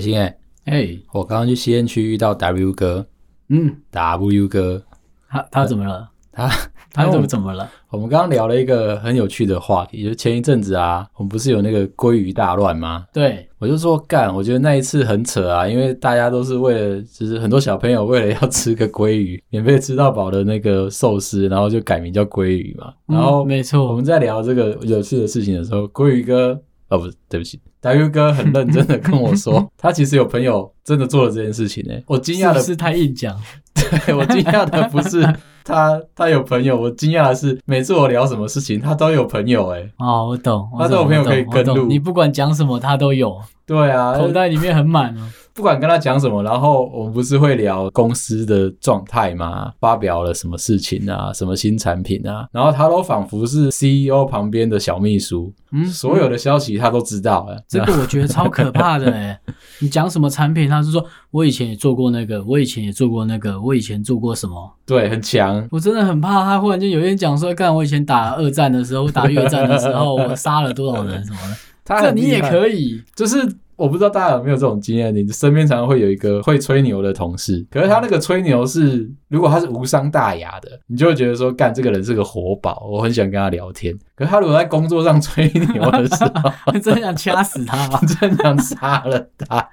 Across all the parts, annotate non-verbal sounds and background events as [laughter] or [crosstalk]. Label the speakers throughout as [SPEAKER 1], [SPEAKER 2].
[SPEAKER 1] 心哎、
[SPEAKER 2] 哎，
[SPEAKER 1] 我刚刚去吸烟区遇到 W 哥
[SPEAKER 2] 嗯，
[SPEAKER 1] ，W 哥，
[SPEAKER 2] 他他怎么了？
[SPEAKER 1] 他
[SPEAKER 2] 他
[SPEAKER 1] 我
[SPEAKER 2] 怎么
[SPEAKER 1] 们
[SPEAKER 2] 怎么了？
[SPEAKER 1] 我们刚刚聊了一个很有趣的话题，就是前一阵子啊，我们不是有那个鲑鱼大乱吗？
[SPEAKER 2] 对，
[SPEAKER 1] 我就说干，我觉得那一次很扯啊，因为大家都是为了，就是很多小朋友为了要吃个鲑鱼，免费吃到饱的那个寿司，然后就改名叫鲑鱼嘛。然后
[SPEAKER 2] 嗯没
[SPEAKER 1] 我
[SPEAKER 2] 错
[SPEAKER 1] 们，在聊这个有趣的事情的时候，鲑鱼哥哦不，对不起，W 哥很认真的跟我
[SPEAKER 2] [laughs]
[SPEAKER 1] 说，他其实有朋友真的做了这件事情呢、我惊讶的
[SPEAKER 2] 是不是太硬讲？
[SPEAKER 1] 对我惊讶的不是他，他有朋友。我惊讶的是，每次我聊什么事情，他都有朋友、欸。哎，
[SPEAKER 2] 哦，我懂，
[SPEAKER 1] 他
[SPEAKER 2] 我
[SPEAKER 1] 这
[SPEAKER 2] 懂，
[SPEAKER 1] 种
[SPEAKER 2] 我
[SPEAKER 1] 朋友
[SPEAKER 2] 懂
[SPEAKER 1] 可以
[SPEAKER 2] 我
[SPEAKER 1] 跟
[SPEAKER 2] 懂
[SPEAKER 1] 路
[SPEAKER 2] 你不管讲什么，他都有，
[SPEAKER 1] 对啊，
[SPEAKER 2] 口袋里面很满
[SPEAKER 1] [laughs]
[SPEAKER 2] 哦。
[SPEAKER 1] 不管跟他讲什么，然后我们不是会聊公司的状态嘛，发表了什么事情啊，什么新产品啊，然后他都仿佛是 CEO 旁边的小秘书，
[SPEAKER 2] 嗯，
[SPEAKER 1] 所有的消息他都知道欸了。
[SPEAKER 2] 这个我觉得超可怕的哎、你讲什么产品，他是说我以前也做过那个，我以前也做过那个，我以前做过什么？
[SPEAKER 1] 对，很强。
[SPEAKER 2] 我真的很怕他忽然间有一天讲说，干我以前打二战的时候，打越战的时候，我杀了多少人什么的，
[SPEAKER 1] [laughs] 他
[SPEAKER 2] 这
[SPEAKER 1] 很
[SPEAKER 2] 你
[SPEAKER 1] 厉
[SPEAKER 2] 也
[SPEAKER 1] 害
[SPEAKER 2] 可以。 [laughs]
[SPEAKER 1] 就是我不知道大家有没有这种经验，你身边常常会有一个会吹牛的同事，可是他那个吹牛是，如果他是无伤大雅的，你就会觉得说，干这个人是个活宝，我很想跟他聊天。可是他如果在工作上吹牛的时
[SPEAKER 2] [laughs]
[SPEAKER 1] 候，？
[SPEAKER 2] 真想掐死他吧
[SPEAKER 1] 真想杀了他。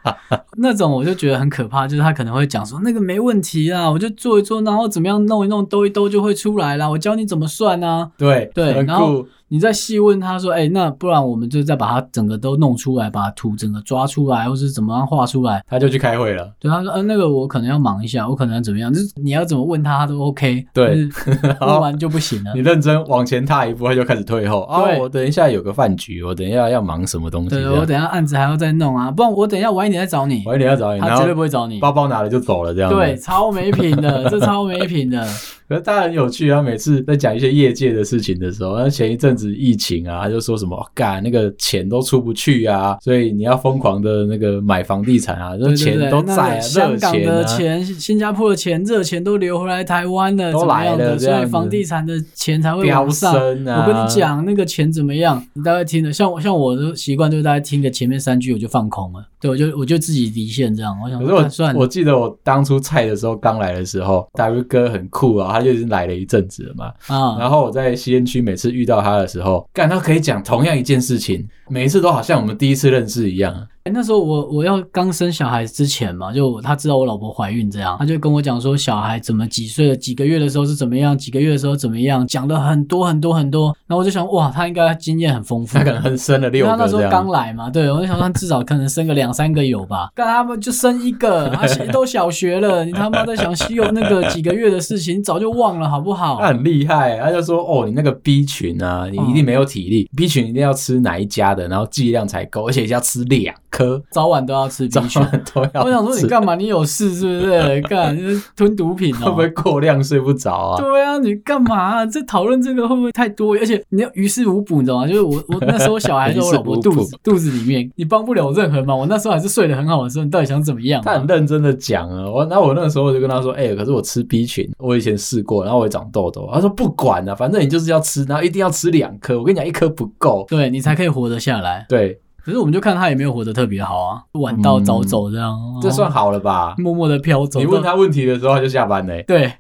[SPEAKER 2] 那种我就觉得很可怕，就是他可能会讲说那个没问题啊， [laughs] 我就做一做，然后怎么样弄一弄，兜一兜就会出来啦。我教你怎么算啊。
[SPEAKER 1] 对
[SPEAKER 2] 对
[SPEAKER 1] 很
[SPEAKER 2] 然后
[SPEAKER 1] 酷，
[SPEAKER 2] 你再细问他说，哎、那不然我们就再把它整个都弄出来，把图整个抓出来，或是怎么样画出来。
[SPEAKER 1] 他就去开会了。
[SPEAKER 2] 对，他说，呃，那个我可能要忙一下，我可能要怎么样，就是你要怎么问他，他都 OK。
[SPEAKER 1] 对， [laughs]
[SPEAKER 2] 问完就不行了
[SPEAKER 1] 你。认真往前踏一步，他就开始退后。啊、
[SPEAKER 2] 对
[SPEAKER 1] 我等一下有个饭局，我等一下要忙什么东西这
[SPEAKER 2] 对，
[SPEAKER 1] 样。
[SPEAKER 2] 我等一下案子还要再弄啊，不然我等一下晚一点再找你
[SPEAKER 1] 啊我，一点要找你，
[SPEAKER 2] 他绝对
[SPEAKER 1] 然
[SPEAKER 2] 不
[SPEAKER 1] 后
[SPEAKER 2] 会找你。
[SPEAKER 1] 包包拿了就走了这样子。
[SPEAKER 2] 对，超没品的，这超没品的。
[SPEAKER 1] 可是他很有趣啊，每次在讲一些业界的事情的时候，那前一阵子疫情啊，他就说什么，哦干、那个钱都出不去啊，所以你要疯狂的那个买房地产啊，这
[SPEAKER 2] 对对
[SPEAKER 1] 钱
[SPEAKER 2] 对
[SPEAKER 1] 都
[SPEAKER 2] 那
[SPEAKER 1] 在啊，热
[SPEAKER 2] 香港
[SPEAKER 1] 钱
[SPEAKER 2] 的
[SPEAKER 1] 啊。
[SPEAKER 2] 钱、新加坡的钱、热钱都流回来台湾了，
[SPEAKER 1] 都
[SPEAKER 2] 怎么样
[SPEAKER 1] 来了
[SPEAKER 2] 的？
[SPEAKER 1] 这样
[SPEAKER 2] 所
[SPEAKER 1] 子
[SPEAKER 2] 以房地产的钱才会
[SPEAKER 1] 飙
[SPEAKER 2] 往上。
[SPEAKER 1] 升啊！
[SPEAKER 2] 我跟你，讲，那个钱怎么样？你大概听了，像我像我的习惯就是大概听个前面三句我就放空了，对我就我就自己离线这样。我想
[SPEAKER 1] 可
[SPEAKER 2] 说，
[SPEAKER 1] 是
[SPEAKER 2] 啊算
[SPEAKER 1] 我我
[SPEAKER 2] 了，
[SPEAKER 1] 记得我当初菜的时候，刚来的时候，W 哥很酷啊，他就已经来了一阵子了嘛。
[SPEAKER 2] 啊，
[SPEAKER 1] 然后我在吸烟区每次遇到他的时候，干他可以讲同样一件事情，每一次都好像我们第一次认识一样。
[SPEAKER 2] 欸那时候我我要刚生小孩之前嘛，就我他知道我老婆怀孕这样，他就跟我讲说小孩怎么几岁了，几个月的时候是怎么样，几个月的时候怎么样，讲的很多很多很多。然后我就想，哇，他应该经验很丰富，
[SPEAKER 1] 他可能生了六
[SPEAKER 2] 因
[SPEAKER 1] 个
[SPEAKER 2] 为他
[SPEAKER 1] 这样。
[SPEAKER 2] 那时候刚来嘛，对我就想说他至少可能生个两三个有吧， [laughs] 但他们就生一个，他小都小学了，你他妈在想西柚那个几个月的事情，你早就忘了好不
[SPEAKER 1] [laughs]
[SPEAKER 2] 好
[SPEAKER 1] 他？很厉害，他就说：“哦，你那个 B 群啊，你一定没
[SPEAKER 2] 嗯
[SPEAKER 1] 有体力、b 群一定要吃哪一家的，然后剂量才够，而且一定要吃两颗，
[SPEAKER 2] 早晚都要吃
[SPEAKER 1] 早
[SPEAKER 2] 冰雪。
[SPEAKER 1] 晚都要。”
[SPEAKER 2] 我想说你，干嘛？你有事是不是？ [laughs] 干你是吞毒品
[SPEAKER 1] [laughs] 会
[SPEAKER 2] 哦、
[SPEAKER 1] 不会过量睡不着啊？
[SPEAKER 2] [laughs] 对啊，你干嘛、这讨论这个会不会太多？而且你要于事无补，你知道吗？就是我我那时候小孩在
[SPEAKER 1] [laughs] 于
[SPEAKER 2] 我
[SPEAKER 1] 事
[SPEAKER 2] 老婆
[SPEAKER 1] 无
[SPEAKER 2] 肚
[SPEAKER 1] 补
[SPEAKER 2] 子肚子里面，你帮不了我任何忙。我那时候还是睡得很好的时候，你到底想怎么
[SPEAKER 1] [laughs]
[SPEAKER 2] 样、啊
[SPEAKER 1] 他很认真的讲啊，我那我那个时候我就跟他说：“哎、可是我吃 B 群，我以前试过，然后我也长痘痘。”他说：“不管啊，反正你就是要吃，然后一定要吃两颗。我跟你讲，一颗不够。
[SPEAKER 2] 对你才可以活得下来。”
[SPEAKER 1] 对，
[SPEAKER 2] 可是我们就看他也没有活得特别好啊，晚到早走这样，
[SPEAKER 1] 嗯这算好了吧？
[SPEAKER 2] 默哦嗯默的飘走。
[SPEAKER 1] 你问他问题的时候，他就下班欸嘞、
[SPEAKER 2] 对，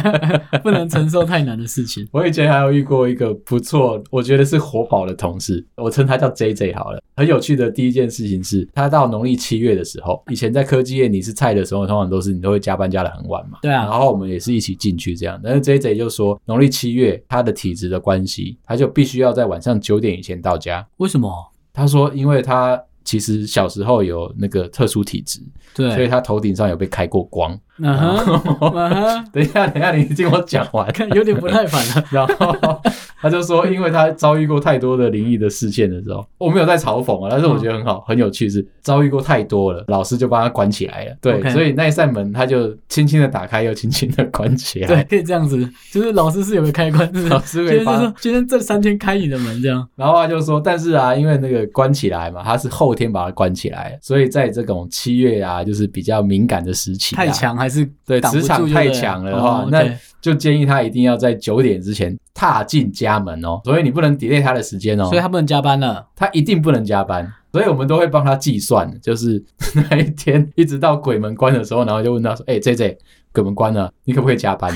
[SPEAKER 2] [laughs] 不能承受太难的事情。
[SPEAKER 1] 我以前还有遇过一个不错，我觉得是活宝的同事，我称他叫 J J 好了。很有趣的第一件事情是，他到农历七月的时候，以前在科技业你是菜的时候，通常都是你都会加班加的很晚嘛。
[SPEAKER 2] 对
[SPEAKER 1] 然
[SPEAKER 2] 啊，
[SPEAKER 1] 后我们也是一起进去这样，但是 J J 就说农历七月他的体质的关系，他就必须要在晚上九点以前到家。
[SPEAKER 2] 为什么？
[SPEAKER 1] 他说，因为他其实小时候有那个特殊体质，所以哦
[SPEAKER 2] 对，
[SPEAKER 1] 他头顶上有被开过光。
[SPEAKER 2] 嗯哼，嗯哼，
[SPEAKER 1] 等一下，等一下，你听我讲完。
[SPEAKER 2] 看有点不耐烦啊了。
[SPEAKER 1] [laughs] 然后 [laughs] 他就说，因为他遭遇过太多的灵异的事件的时候，我没有在嘲讽啊，但是我觉得很好，很有趣是遭遇过太多了，老师就帮他关起来了。对
[SPEAKER 2] OK
[SPEAKER 1] 所以那一扇门他就轻轻的打开，又轻轻的关起来。
[SPEAKER 2] 对，，可以这样子，就是老师是有个开关，就是
[SPEAKER 1] 老师
[SPEAKER 2] 今
[SPEAKER 1] 会
[SPEAKER 2] 天就
[SPEAKER 1] 帮
[SPEAKER 2] 说。今天这三天开你的门这样。
[SPEAKER 1] 然后他就说，但是啊，因为那个关起来嘛，他是后天把它关起来，所以在这种七月啊，就是比较敏感的时期、啊，
[SPEAKER 2] 太强还还是
[SPEAKER 1] 对
[SPEAKER 2] 挡不
[SPEAKER 1] 磁
[SPEAKER 2] 住
[SPEAKER 1] 场
[SPEAKER 2] 就
[SPEAKER 1] 太
[SPEAKER 2] 对了
[SPEAKER 1] 强了的
[SPEAKER 2] 哦
[SPEAKER 1] 话，
[SPEAKER 2] OK
[SPEAKER 1] 那就建议他一定要在九点之前踏进家门哦，所以你不能 delay 他的时间哦，
[SPEAKER 2] 所以他不能加班了。
[SPEAKER 1] 他一定不能加班，所以我们都会帮他计算，就是 [laughs] 那一天一直到鬼门关的时候，然后就问他说：“哎、j J，鬼门关了，你可不可以加班？”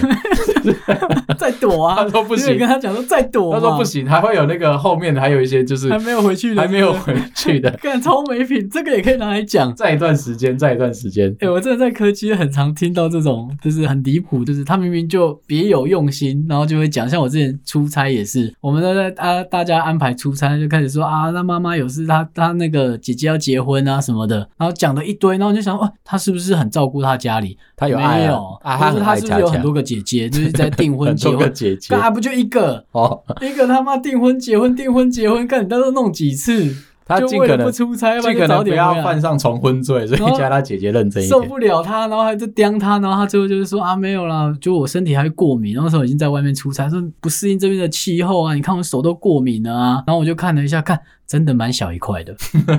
[SPEAKER 2] 再躲
[SPEAKER 1] [laughs]
[SPEAKER 2] 啊
[SPEAKER 1] 他！说不
[SPEAKER 2] 因为
[SPEAKER 1] 行
[SPEAKER 2] 跟，他讲说再躲嘛，
[SPEAKER 1] 他说不行，还会有那个后面还有一些就是
[SPEAKER 2] 还没有回去的，
[SPEAKER 1] 还没有
[SPEAKER 2] 是不是
[SPEAKER 1] 回去的，
[SPEAKER 2] 干超没品，这个也可以拿来讲。
[SPEAKER 1] 再一段时间，再一段时
[SPEAKER 2] [laughs]
[SPEAKER 1] 间，
[SPEAKER 2] 哎、我真的在科技很常听到这种，就是很离谱，就是他明明就别有用心，然后就会讲。像我之前出差也是，我们都在啊，大家安排出差就开始说啊，那妈妈有事，她她那个姐姐要结婚啊什么的，然后讲了一堆，然后你就想，哇，她是不是很照顾她家里？
[SPEAKER 1] 他有
[SPEAKER 2] 没
[SPEAKER 1] 爱
[SPEAKER 2] 有
[SPEAKER 1] 啊，啊，
[SPEAKER 2] 或者
[SPEAKER 1] 很
[SPEAKER 2] 是
[SPEAKER 1] 爱
[SPEAKER 2] 她是不
[SPEAKER 1] 家
[SPEAKER 2] 是有
[SPEAKER 1] 家
[SPEAKER 2] 很多个姐姐，就是在订
[SPEAKER 1] [laughs]
[SPEAKER 2] 婚
[SPEAKER 1] 很
[SPEAKER 2] 结
[SPEAKER 1] 多个
[SPEAKER 2] 婚？
[SPEAKER 1] 姐
[SPEAKER 2] [laughs]
[SPEAKER 1] 姐
[SPEAKER 2] 干啊，不就一个？
[SPEAKER 1] 哦，
[SPEAKER 2] 一个他妈订婚、结婚、订婚、结婚，看你到时候弄几次，
[SPEAKER 1] 他
[SPEAKER 2] 就
[SPEAKER 1] 尽
[SPEAKER 2] 为
[SPEAKER 1] 可
[SPEAKER 2] 了不
[SPEAKER 1] 能
[SPEAKER 2] 出差，要不
[SPEAKER 1] 尽
[SPEAKER 2] 然
[SPEAKER 1] 可
[SPEAKER 2] 就
[SPEAKER 1] 能
[SPEAKER 2] 早
[SPEAKER 1] 不
[SPEAKER 2] 点回
[SPEAKER 1] 要
[SPEAKER 2] 来
[SPEAKER 1] 犯上重婚罪，所
[SPEAKER 2] 然
[SPEAKER 1] 以
[SPEAKER 2] 后
[SPEAKER 1] 叫他姐姐认真一
[SPEAKER 2] 受
[SPEAKER 1] 点。
[SPEAKER 2] 不了他，然后还在刁他，然后他最后就是说啊没有啦，就我身体还会过敏，然后那时候已经在外面出差，说不适应这边的气候啊，你看我手都过敏
[SPEAKER 1] [laughs]
[SPEAKER 2] 了啊，然后我就看了一下，看真的蛮小一块的，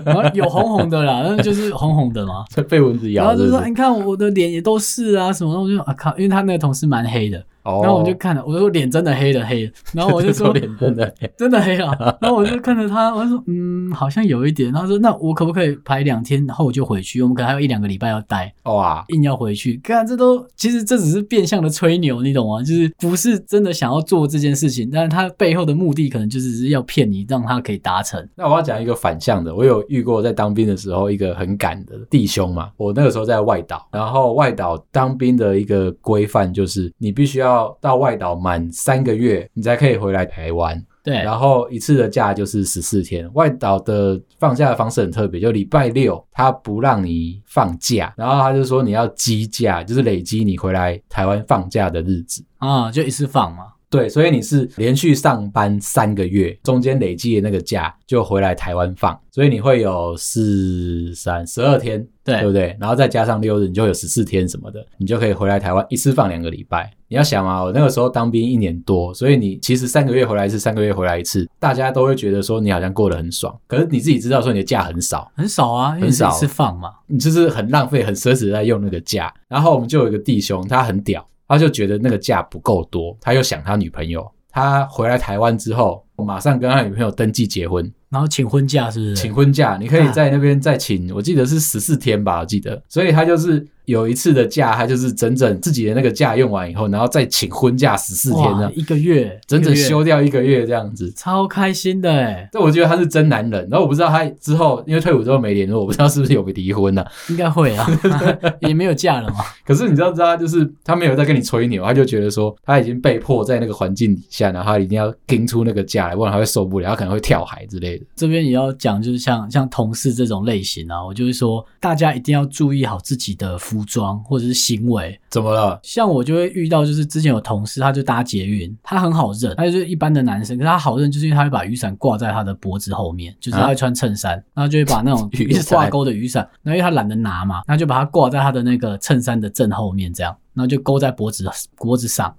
[SPEAKER 2] 然后有红红的啦，那就是红红的嘛，
[SPEAKER 1] 被蚊子
[SPEAKER 2] 然
[SPEAKER 1] [laughs]
[SPEAKER 2] 后
[SPEAKER 1] 咬
[SPEAKER 2] 就是说
[SPEAKER 1] 不
[SPEAKER 2] 哎
[SPEAKER 1] 是？
[SPEAKER 2] 你看我的脸也都是啊什么，然后我就啊靠，因为他那个同事蛮黑的，
[SPEAKER 1] 然
[SPEAKER 2] 然后我就看了，我就说脸真的黑的黑的，然后我就说
[SPEAKER 1] 哦 [laughs] 脸真的，
[SPEAKER 2] 真的黑了。
[SPEAKER 1] [laughs]
[SPEAKER 2] 然后我就看着他，我就说嗯，好像有一点。然后说那我可不可以排两天然后我就回去？我们可能还有一两个礼拜要待，
[SPEAKER 1] 哇，
[SPEAKER 2] 硬要回去。看这都其实这只是变相的吹牛，你懂吗？就是不是真的想要做这件事情，但是他背后的目的可能就只是要骗你，让他可以达成。
[SPEAKER 1] 那我要讲一个反向的，我有遇过在当兵的时候一个很赶的弟兄嘛，我那个时候在外岛，然后外岛当兵的一个规范就是你必须要到外岛满三个月，你才可以回来台湾，
[SPEAKER 2] 对，
[SPEAKER 1] 然后一次的假就是十四天。外岛的放假的方式很特别，就礼拜六他不让你放假，然后他就说你要积假，就是累积你回来台湾放假的日子。
[SPEAKER 2] 啊、就一次放嘛。
[SPEAKER 1] 对，所以你是连续上班三个月，中间累积的那个假就回来台湾放，所以你会有四三十二天，对不
[SPEAKER 2] 对，
[SPEAKER 1] 对？然后再加上六日，你就有十四天什么的，你就可以回来台湾一次放两个礼拜。你要想啊，我那个时候当兵一年多，所以你其实三个月回来一次，三个月回来一次，大家都会觉得说你好像过得很爽，可是你自己知道说你的假很少，
[SPEAKER 2] 很少啊，因为
[SPEAKER 1] 很
[SPEAKER 2] 是一
[SPEAKER 1] 少
[SPEAKER 2] 次放嘛。
[SPEAKER 1] 你就是很浪费、很奢侈地在用那个假。然后我们就有一个弟兄，他很屌，他就觉得那个假不够多，他又想他女朋友，他回来台湾之后，马上跟他女朋友登记结婚，
[SPEAKER 2] 然后请婚假是不是？
[SPEAKER 1] 请婚假，你可以在那边再请，我记
[SPEAKER 2] 嗯
[SPEAKER 1] 得是十四天吧，我记得。所以他就是有一次的假，他就是整整自己的那个假用完以后，然后再请婚假十四天这
[SPEAKER 2] 哇
[SPEAKER 1] 样，
[SPEAKER 2] 一个月，
[SPEAKER 1] 整整
[SPEAKER 2] 一个月
[SPEAKER 1] 休掉一个月这样子。
[SPEAKER 2] 超开心的哎，
[SPEAKER 1] 但我觉得他是真男人，然后我不知道他之后因为退伍之后没联络，我不知道是不是有没离婚呢、
[SPEAKER 2] 应该会啊， [laughs] 也没有假了嘛。
[SPEAKER 1] 可是你知道，知道就是他没有在跟你吹牛，他就觉得说他已经被迫在那个环境底下，然后他一定要盯出那个价来，不然他会受不了，他可能会跳海之类的。
[SPEAKER 2] 这边也要讲，就是像像同事这种类型啊，我就是说，大家一定要注意好自己的服装或者是行为。
[SPEAKER 1] 怎么
[SPEAKER 2] [laughs]
[SPEAKER 1] 了？
[SPEAKER 2] 像我就会遇到，就是之前有同事，他就搭捷运，他很好认，他就是一般的男生，可是他好认，就是因为他会把雨伞挂在他的脖子后面，就是他会穿衬衫，然后就会把那种
[SPEAKER 1] 啊 [laughs] 雨伞
[SPEAKER 2] 有挂钩的雨伞，然后因为他懒得拿嘛，然后就把它挂在他的那个衬衫的正后面，这样，然后就勾在脖子脖子上。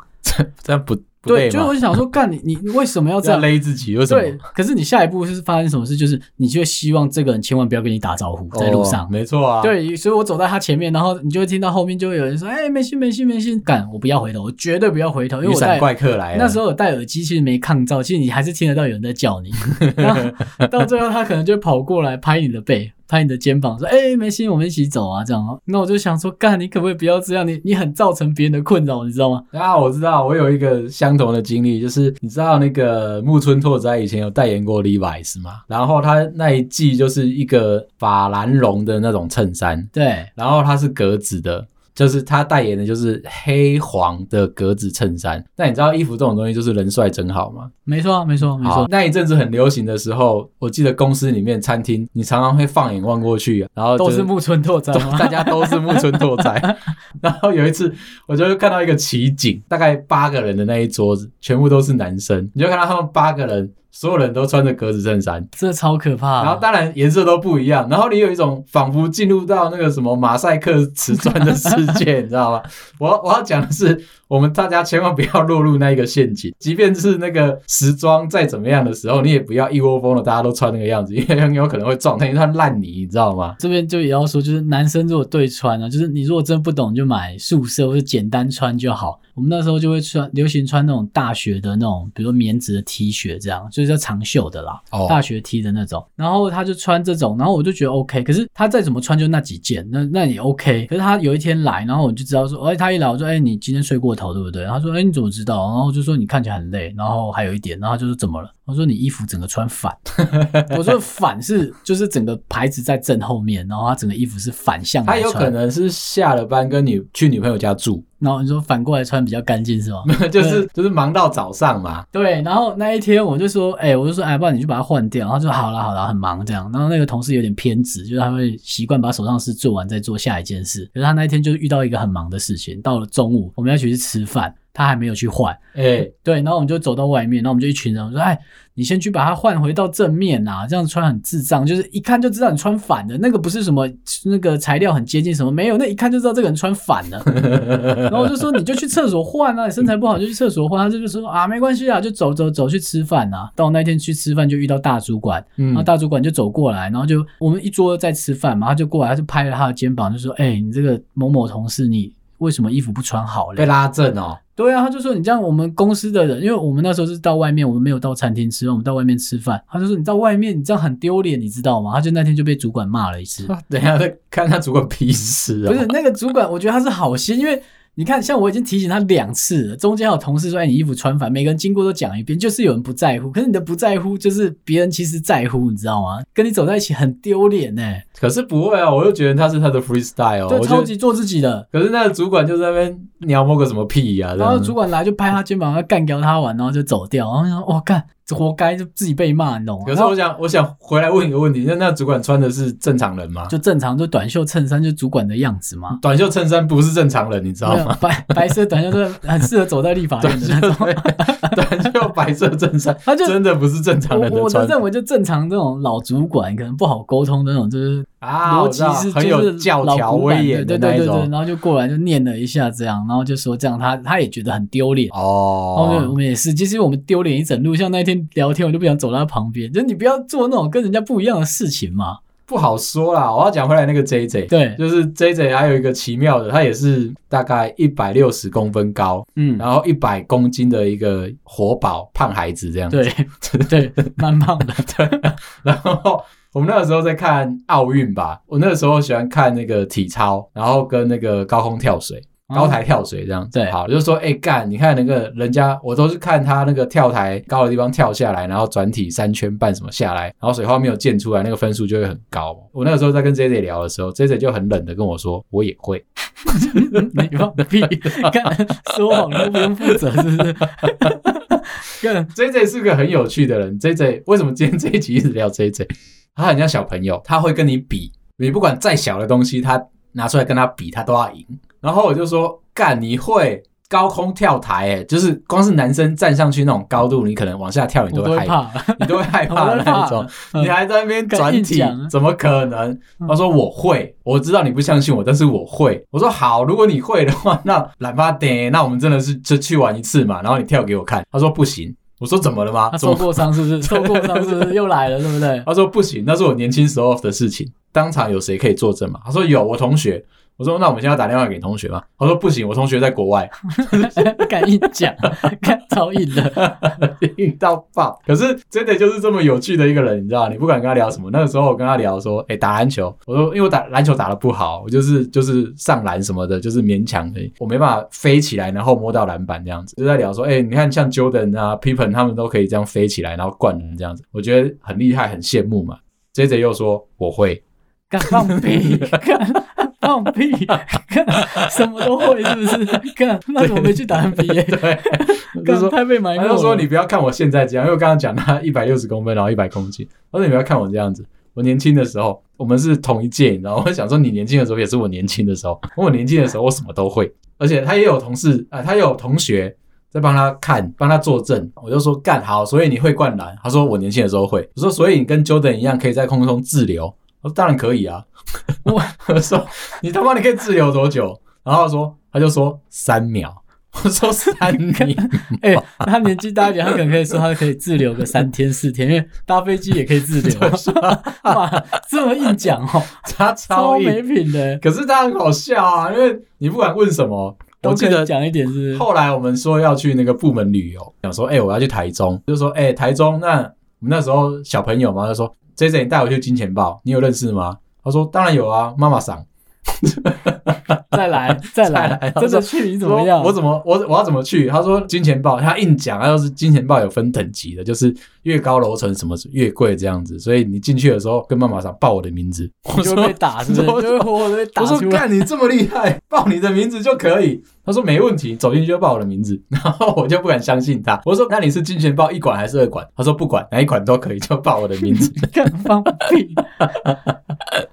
[SPEAKER 1] 这样不不
[SPEAKER 2] 对，
[SPEAKER 1] 累
[SPEAKER 2] 就是
[SPEAKER 1] 吗？
[SPEAKER 2] 我就想说，干你你你为什么要这
[SPEAKER 1] 这样
[SPEAKER 2] 样？
[SPEAKER 1] 勒自己为什
[SPEAKER 2] 对
[SPEAKER 1] 么？，
[SPEAKER 2] 可是你下一步是发生什么事？就是你就希望这个人千万不要跟你打招呼，在路上。
[SPEAKER 1] 哦没错啊。，
[SPEAKER 2] 对，所以我走在他前面，然后你就会听到后面就会有人说：“哎、没事没事没事，干，我不要回头，我绝对不要回头，因
[SPEAKER 1] 雨
[SPEAKER 2] 为我
[SPEAKER 1] 伞
[SPEAKER 2] 戴
[SPEAKER 1] 怪客来了。
[SPEAKER 2] 那时候有戴耳机，其实没抗噪，其实你还是听得到有人在
[SPEAKER 1] [laughs]
[SPEAKER 2] 叫你。然后到最后，他可能就跑过来拍你的背，拍你的肩膀，说：“哎、没事，我们一起走啊。”这样哦。那我就想说，干，你可不可以不要这样？你你很造成别人的困扰，你知道吗？
[SPEAKER 1] 啊，我知道，我有一个相同的经历，就是你知道那个木村拓哉以前有代言过 Levi's 嘛，然后他那一季就是一个法兰绒的那种衬衫，
[SPEAKER 2] 对，
[SPEAKER 1] 然后它是格子的，就是他代言的就是黑黄的格子衬衫。但你知道衣服这种东西就是人帅真好嘛？
[SPEAKER 2] 没错啊没错没
[SPEAKER 1] 好
[SPEAKER 2] 错，
[SPEAKER 1] 那一阵子很流行的时候，我记得公司里面餐厅，你常常会放眼望过去，啊然后就
[SPEAKER 2] 都是木村拓哉
[SPEAKER 1] 都
[SPEAKER 2] 吗？
[SPEAKER 1] 大
[SPEAKER 2] [laughs]
[SPEAKER 1] 家都是木村拓哉。然后有一次，我就看到一个奇景，大概八个人的那一桌子，全部都是男生，你就看到他们八个人所有人都穿着格子衬衫，
[SPEAKER 2] 这超可怕。啊
[SPEAKER 1] 然后当然颜色都不一样，然后你有一种仿佛进入到那个什么马赛克瓷砖的世界，你知道吗？ [laughs] 我我要讲的是，我们大家千万不要落入那一个陷阱，即便是那个时装再怎么样的时候，你也不要一窝蜂的大家都穿那个样子，因为很有可能会撞成一滩烂泥，你知道吗？
[SPEAKER 2] 这边就也要说，就是男生如果对穿啊，就是你如果真不懂，你就买素色或者简单穿就好。我们那时候就会穿，流行穿那种大学的那种，比如说棉质的 T 恤这样，就是叫长袖的啦，
[SPEAKER 1] 哦
[SPEAKER 2] 大学 T 的那种。然后他就穿这种，然后我就觉得 OK，可是他再怎么穿就那几件，那那也 OK。可是他有一天来，然后我就知道说，哎、他一来我说，哎、你今天睡过头对不对？他说，哎、你怎么知道？然后我就说你看起来很累，然后还有一点，然后他就说怎么了？我说你衣服整个穿反。 [laughs] 我说反是就是整个牌子在正后面，然后他整个衣服是反向
[SPEAKER 1] 他
[SPEAKER 2] 来
[SPEAKER 1] 有可
[SPEAKER 2] 穿，
[SPEAKER 1] 能是下了班跟女去女朋友家住， [laughs]
[SPEAKER 2] 然后你说反过来穿比较干净是吗？
[SPEAKER 1] 就是就是忙到早上嘛。
[SPEAKER 2] 对，然后那一天我就说，哎、我就说，哎，不然你就把它换掉。然后就好啦好啦，很忙这样。然后那个同事有点偏执，就是他会习惯把手上的事做完再做下一件事。可是他那一天就遇到一个很忙的事情，到了中午我们要一起去吃饭，他还没有去换。
[SPEAKER 1] 哎、
[SPEAKER 2] 对，然后我们就走到外面，然后我们就一群人我说：“哎，你先去把它换回到正面啊，这样穿很智障，就是一看就知道你穿反的，那个不是什么那个材料很接近什么，没有，那一看就知道这个人穿反了。”然后我就说：“你就去厕所换啊，你身材不好就去厕所换。”他就说：“啊，没关系啊，就走走走去吃饭啊。”到那天去吃饭就遇到大主管，
[SPEAKER 1] 嗯
[SPEAKER 2] 然后大主管就走过来，然后就我们一桌在吃饭嘛，他就过来，他就拍了他的肩膀，就说：“哎，你这个某某同事，你为什么衣服不穿好嘞？”
[SPEAKER 1] 被拉正哦，
[SPEAKER 2] 对啊，他就说你这样，我们公司的人，因为我们那时候是到外面，我们没有到餐厅吃，我们到外面吃饭。他就说你到外面，你这样很丢脸，你知道吗？他就那天就被主管骂了一
[SPEAKER 1] [laughs]
[SPEAKER 2] 次。
[SPEAKER 1] 等一下再看他主管屁事啊、
[SPEAKER 2] 哦不是那个主管，我觉得他是好心，因为你看，像我已经提醒他两次了，中间还有同事说：“哎，你衣服穿反。”每个人经过都讲一遍，就是有人不在乎。可是你的不在乎，就是别人其实在乎，你知道吗？跟你走在一起很丢脸呢、
[SPEAKER 1] 可是不会啊，我就觉得他是他的 freestyle，
[SPEAKER 2] 对，
[SPEAKER 1] 啊我觉
[SPEAKER 2] 超
[SPEAKER 1] 得
[SPEAKER 2] 级做自己的。
[SPEAKER 1] 可是那个主管就在那边鸟摸个什么屁呀、这
[SPEAKER 2] 然
[SPEAKER 1] 样
[SPEAKER 2] 后主管来就拍他肩膀，要干掉他完，然后就走掉。然后我想，哇，哦干，这活该，就自己被骂，你懂吗？
[SPEAKER 1] 可是我想，我想回来问一个问题，那那主管穿的是正常人吗？
[SPEAKER 2] 就正常，就短袖衬衫，就主管的样子嘛。
[SPEAKER 1] 短袖衬衫不是正常人，你嗯知道
[SPEAKER 2] 没有
[SPEAKER 1] 吗？
[SPEAKER 2] 白白色短袖真的很适合走在立法
[SPEAKER 1] [laughs] 短
[SPEAKER 2] 院的
[SPEAKER 1] 袖
[SPEAKER 2] 那种。
[SPEAKER 1] 短袖白色衬衫，
[SPEAKER 2] 他就
[SPEAKER 1] 真的不是正常人
[SPEAKER 2] 我
[SPEAKER 1] 的
[SPEAKER 2] 我的
[SPEAKER 1] 穿法
[SPEAKER 2] 认为，就正常这种老主管可能不好沟通的那种，就是
[SPEAKER 1] 啊，
[SPEAKER 2] 逻
[SPEAKER 1] 我
[SPEAKER 2] 辑
[SPEAKER 1] 知道
[SPEAKER 2] 是
[SPEAKER 1] 很
[SPEAKER 2] 就
[SPEAKER 1] 有
[SPEAKER 2] 是
[SPEAKER 1] 教
[SPEAKER 2] 老
[SPEAKER 1] 条
[SPEAKER 2] 古板
[SPEAKER 1] 威
[SPEAKER 2] 的，
[SPEAKER 1] 严的
[SPEAKER 2] 对对
[SPEAKER 1] 那
[SPEAKER 2] 对
[SPEAKER 1] 一
[SPEAKER 2] 对，
[SPEAKER 1] 种
[SPEAKER 2] 然后就过来就念了一下这样，然后就说这样他他也觉得很丢脸。然后就我
[SPEAKER 1] 哦。
[SPEAKER 2] 们也是，其实我们丢脸一整路，像那一天聊天，我就不想走到他旁边，就是你不要做那种跟人家不一样的事情嘛。
[SPEAKER 1] 不好说啦，我要讲回来那个 J J，
[SPEAKER 2] 对
[SPEAKER 1] 就是 J J 还有一个奇妙的，他也是大概一百六十公分高，
[SPEAKER 2] 嗯，
[SPEAKER 1] 然后一百公斤的一个活宝胖孩子这样子。
[SPEAKER 2] 对对，蛮棒的。
[SPEAKER 1] [laughs] 然后我们那个时候在看奥运吧，我那个时候喜欢看那个体操，然后跟那个高空跳水、高台跳水这样子。
[SPEAKER 2] 哦对
[SPEAKER 1] 好，就是说，哎、干，你看那个人家，我都是看他那个跳台高的地方跳下来，然后转体三圈半什么下来，然后水花没有溅出来，那个分数就会很高。我那个时候在跟 J J 聊的时候，J J 就很冷的跟我说，我也会。
[SPEAKER 2] 嗯
[SPEAKER 1] [laughs]
[SPEAKER 2] 你放 [laughs] 屁！干说谎都不用负责，是不是？干
[SPEAKER 1] [laughs] J J 是个很有趣的人。J J 为什么今天这一集一直聊 J J？他很像小朋友，他会跟你比，你不管再小的东西，他拿出来跟他比，他都要赢。然后我就说，干，你会高空跳台、欸，就是光是男生站上去那种高度，你可能往下跳，你
[SPEAKER 2] 我
[SPEAKER 1] 都
[SPEAKER 2] 都
[SPEAKER 1] 会害，
[SPEAKER 2] 会怕，
[SPEAKER 1] 你都会害
[SPEAKER 2] 我
[SPEAKER 1] 怕
[SPEAKER 2] 都
[SPEAKER 1] 的
[SPEAKER 2] 会怕
[SPEAKER 1] 那种。
[SPEAKER 2] 嗯
[SPEAKER 1] 你还在那边
[SPEAKER 2] 敢
[SPEAKER 1] 转
[SPEAKER 2] 硬
[SPEAKER 1] 体
[SPEAKER 2] 讲啊，
[SPEAKER 1] 怎么可能？
[SPEAKER 2] 嗯
[SPEAKER 1] 他说我会，我知道你不相信我，但是我会。我说好，如果你会的话，那懒巴得，那我们真的是就去玩一次嘛，然后你跳给我看。他说不行，我说怎么了吗
[SPEAKER 2] [laughs] 他？
[SPEAKER 1] 怎
[SPEAKER 2] 受
[SPEAKER 1] 么
[SPEAKER 2] 过伤是
[SPEAKER 1] [laughs]
[SPEAKER 2] 不是？受过伤是不是又来了？对不对？ [laughs]
[SPEAKER 1] 他说不行，那是我年轻时候的事情。当场有谁可以作证吗？他说有，我同学。我说那我们现在要打电话给你同学吗？他说不行，我同学在国外，
[SPEAKER 2] 敢硬讲，敢超硬的。
[SPEAKER 1] 硬到爆。可是真的就是这么有趣的一个人，你知道？你不管跟他聊什么，那个时候我跟他聊说，哎、打篮球，我说因为我打篮球打得不好，我就是就是上篮什么的，就是勉强的，我没办法飞起来，然后摸到篮板这样子。就在聊说，哎、你看像 Jordan 啊、Pippen 他们都可以这样飞起来，然后灌篮这样子，我觉得很厉害，很羡慕嘛。J J 又说我会。 [laughs]
[SPEAKER 2] 敢放
[SPEAKER 1] [laughs]
[SPEAKER 2] 屁，敢放屁，敢什么都会是不是？敢那我没去打 NBA，
[SPEAKER 1] 对，就
[SPEAKER 2] 敢
[SPEAKER 1] 说
[SPEAKER 2] 太被埋没
[SPEAKER 1] 他
[SPEAKER 2] 了。
[SPEAKER 1] 就说你不要看我现在这样，因为我刚刚讲他一百六十公分，然后一百公斤，他说你不要看我这样子。我年轻的时候，我们是同一届，你知道吗？我想说，你年轻的时候也是我年轻的时候。我年轻的时候，我什么都会，而且他也有同事啊、他也有同学，在帮他看，帮他作证。我就说干好，所以你会灌篮？他说我年轻的时候会。我说所以你跟 Jordan 一样可以在空中自由？我说当然可以啊。
[SPEAKER 2] 我
[SPEAKER 1] 我说你他妈你可以自由多久？然后他说他就说三秒。我说三秒，
[SPEAKER 2] 哎、他年纪大一点，他可能可以说他可以自留个三天四天，因为搭飞机也可以
[SPEAKER 1] [laughs]
[SPEAKER 2] 自留。 [laughs] 哇，这么硬讲哦，
[SPEAKER 1] 他
[SPEAKER 2] 超
[SPEAKER 1] 超硬
[SPEAKER 2] 没品的。
[SPEAKER 1] 可是他很好笑啊，因为你不管问什么，我
[SPEAKER 2] 都
[SPEAKER 1] 记
[SPEAKER 2] 可以
[SPEAKER 1] 得
[SPEAKER 2] 讲一点是不是
[SPEAKER 1] 后来我们说要去那个部门旅游，想说哎、我要去台中，就说哎、台中，那我们那时候小朋友嘛，就说 J J 你带我去金钱豹，你有认识吗？他说当然有啊，妈妈赏。
[SPEAKER 2] [laughs]
[SPEAKER 1] [laughs]
[SPEAKER 2] 再来再
[SPEAKER 1] 再
[SPEAKER 2] 来
[SPEAKER 1] 来，
[SPEAKER 2] 真的去你怎么样？
[SPEAKER 1] 说我怎么我我要怎么去？他说金钱豹，他硬讲，他就是金钱豹有分等级的，就是越高楼层什么越贵这样子，所以你进去的时候跟妈妈赏报我的名字，我
[SPEAKER 2] 你就
[SPEAKER 1] 说
[SPEAKER 2] 会被打，是不是？
[SPEAKER 1] 我
[SPEAKER 2] 就
[SPEAKER 1] 说
[SPEAKER 2] 会活活的被打
[SPEAKER 1] 我说
[SPEAKER 2] 出来。
[SPEAKER 1] 干你这么厉害， [laughs] 报你的名字就可以。他说没问题，走进去就报我的名字， [laughs] 然后我就不敢相信他。我说那你是金钱豹一馆还是二馆？他说不管哪一馆都可以，就报我的名 [laughs] 字，
[SPEAKER 2] 干放 [laughs] 屁！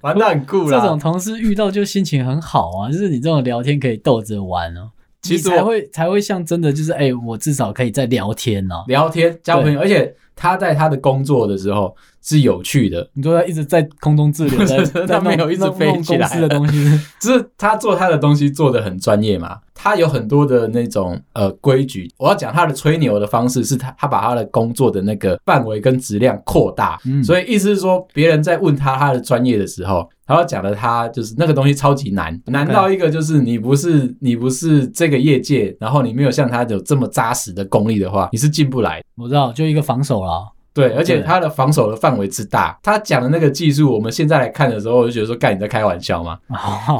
[SPEAKER 1] 玩的很酷
[SPEAKER 2] 这种
[SPEAKER 1] 啦。
[SPEAKER 2] 同事遇到就心情很好啊，就是你这种聊天可以逗着玩哦，
[SPEAKER 1] 其实
[SPEAKER 2] 你才
[SPEAKER 1] 我
[SPEAKER 2] 会才会像真的就是哎、我至少可以在聊天哦、
[SPEAKER 1] 聊天交朋友，而且他在他的工作的时候是有趣的，
[SPEAKER 2] 你说他一直在空中
[SPEAKER 1] [laughs]
[SPEAKER 2] 自留，在
[SPEAKER 1] 他
[SPEAKER 2] 在弄
[SPEAKER 1] 没有一直
[SPEAKER 2] 弄
[SPEAKER 1] 飞
[SPEAKER 2] 弄
[SPEAKER 1] 起
[SPEAKER 2] 公
[SPEAKER 1] 来
[SPEAKER 2] 司的东
[SPEAKER 1] [laughs]
[SPEAKER 2] 西是
[SPEAKER 1] 就是他做他的东西做的很专业嘛。他有很多的那种呃规矩，我要讲他的吹牛的方式是他他把他的工作的那个范围跟质量扩大，
[SPEAKER 2] 嗯
[SPEAKER 1] 所以意思是说，别人在问他他的专业的时候，他要讲的他就是那个东西超级难，难到一个就是你不是你不是这个业界，然后你没有像他有这么扎实的功力的话，你是进不来。
[SPEAKER 2] 我知道，就一个防守
[SPEAKER 1] [laughs]
[SPEAKER 2] 啦。
[SPEAKER 1] 对，而且
[SPEAKER 2] 对
[SPEAKER 1] 他的防守的范围之大，他讲的那个技术，我们现在来看的时候，我就觉得说，干你在开玩笑吗？
[SPEAKER 2] 好，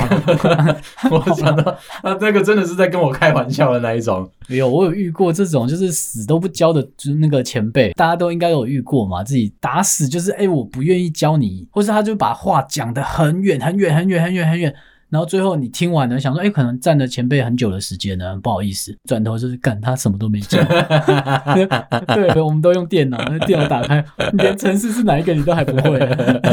[SPEAKER 1] [laughs] 我想到他那个真的是在跟我开玩笑的那一种，
[SPEAKER 2] 有我有遇过这种就是死都不教的，就是那个前辈，大家都应该有遇过嘛，自己打死就是哎、我不愿意教你，或是他就把话讲得很远很远很远很远很远。然后最后你听完了，想说，哎，可能占了前辈很久的时间呢，很不好意思，转头就是干他什么都没教。 [laughs] 对，我们都用电脑，那电脑打开，你连程式是哪一个你都还不会。 [laughs]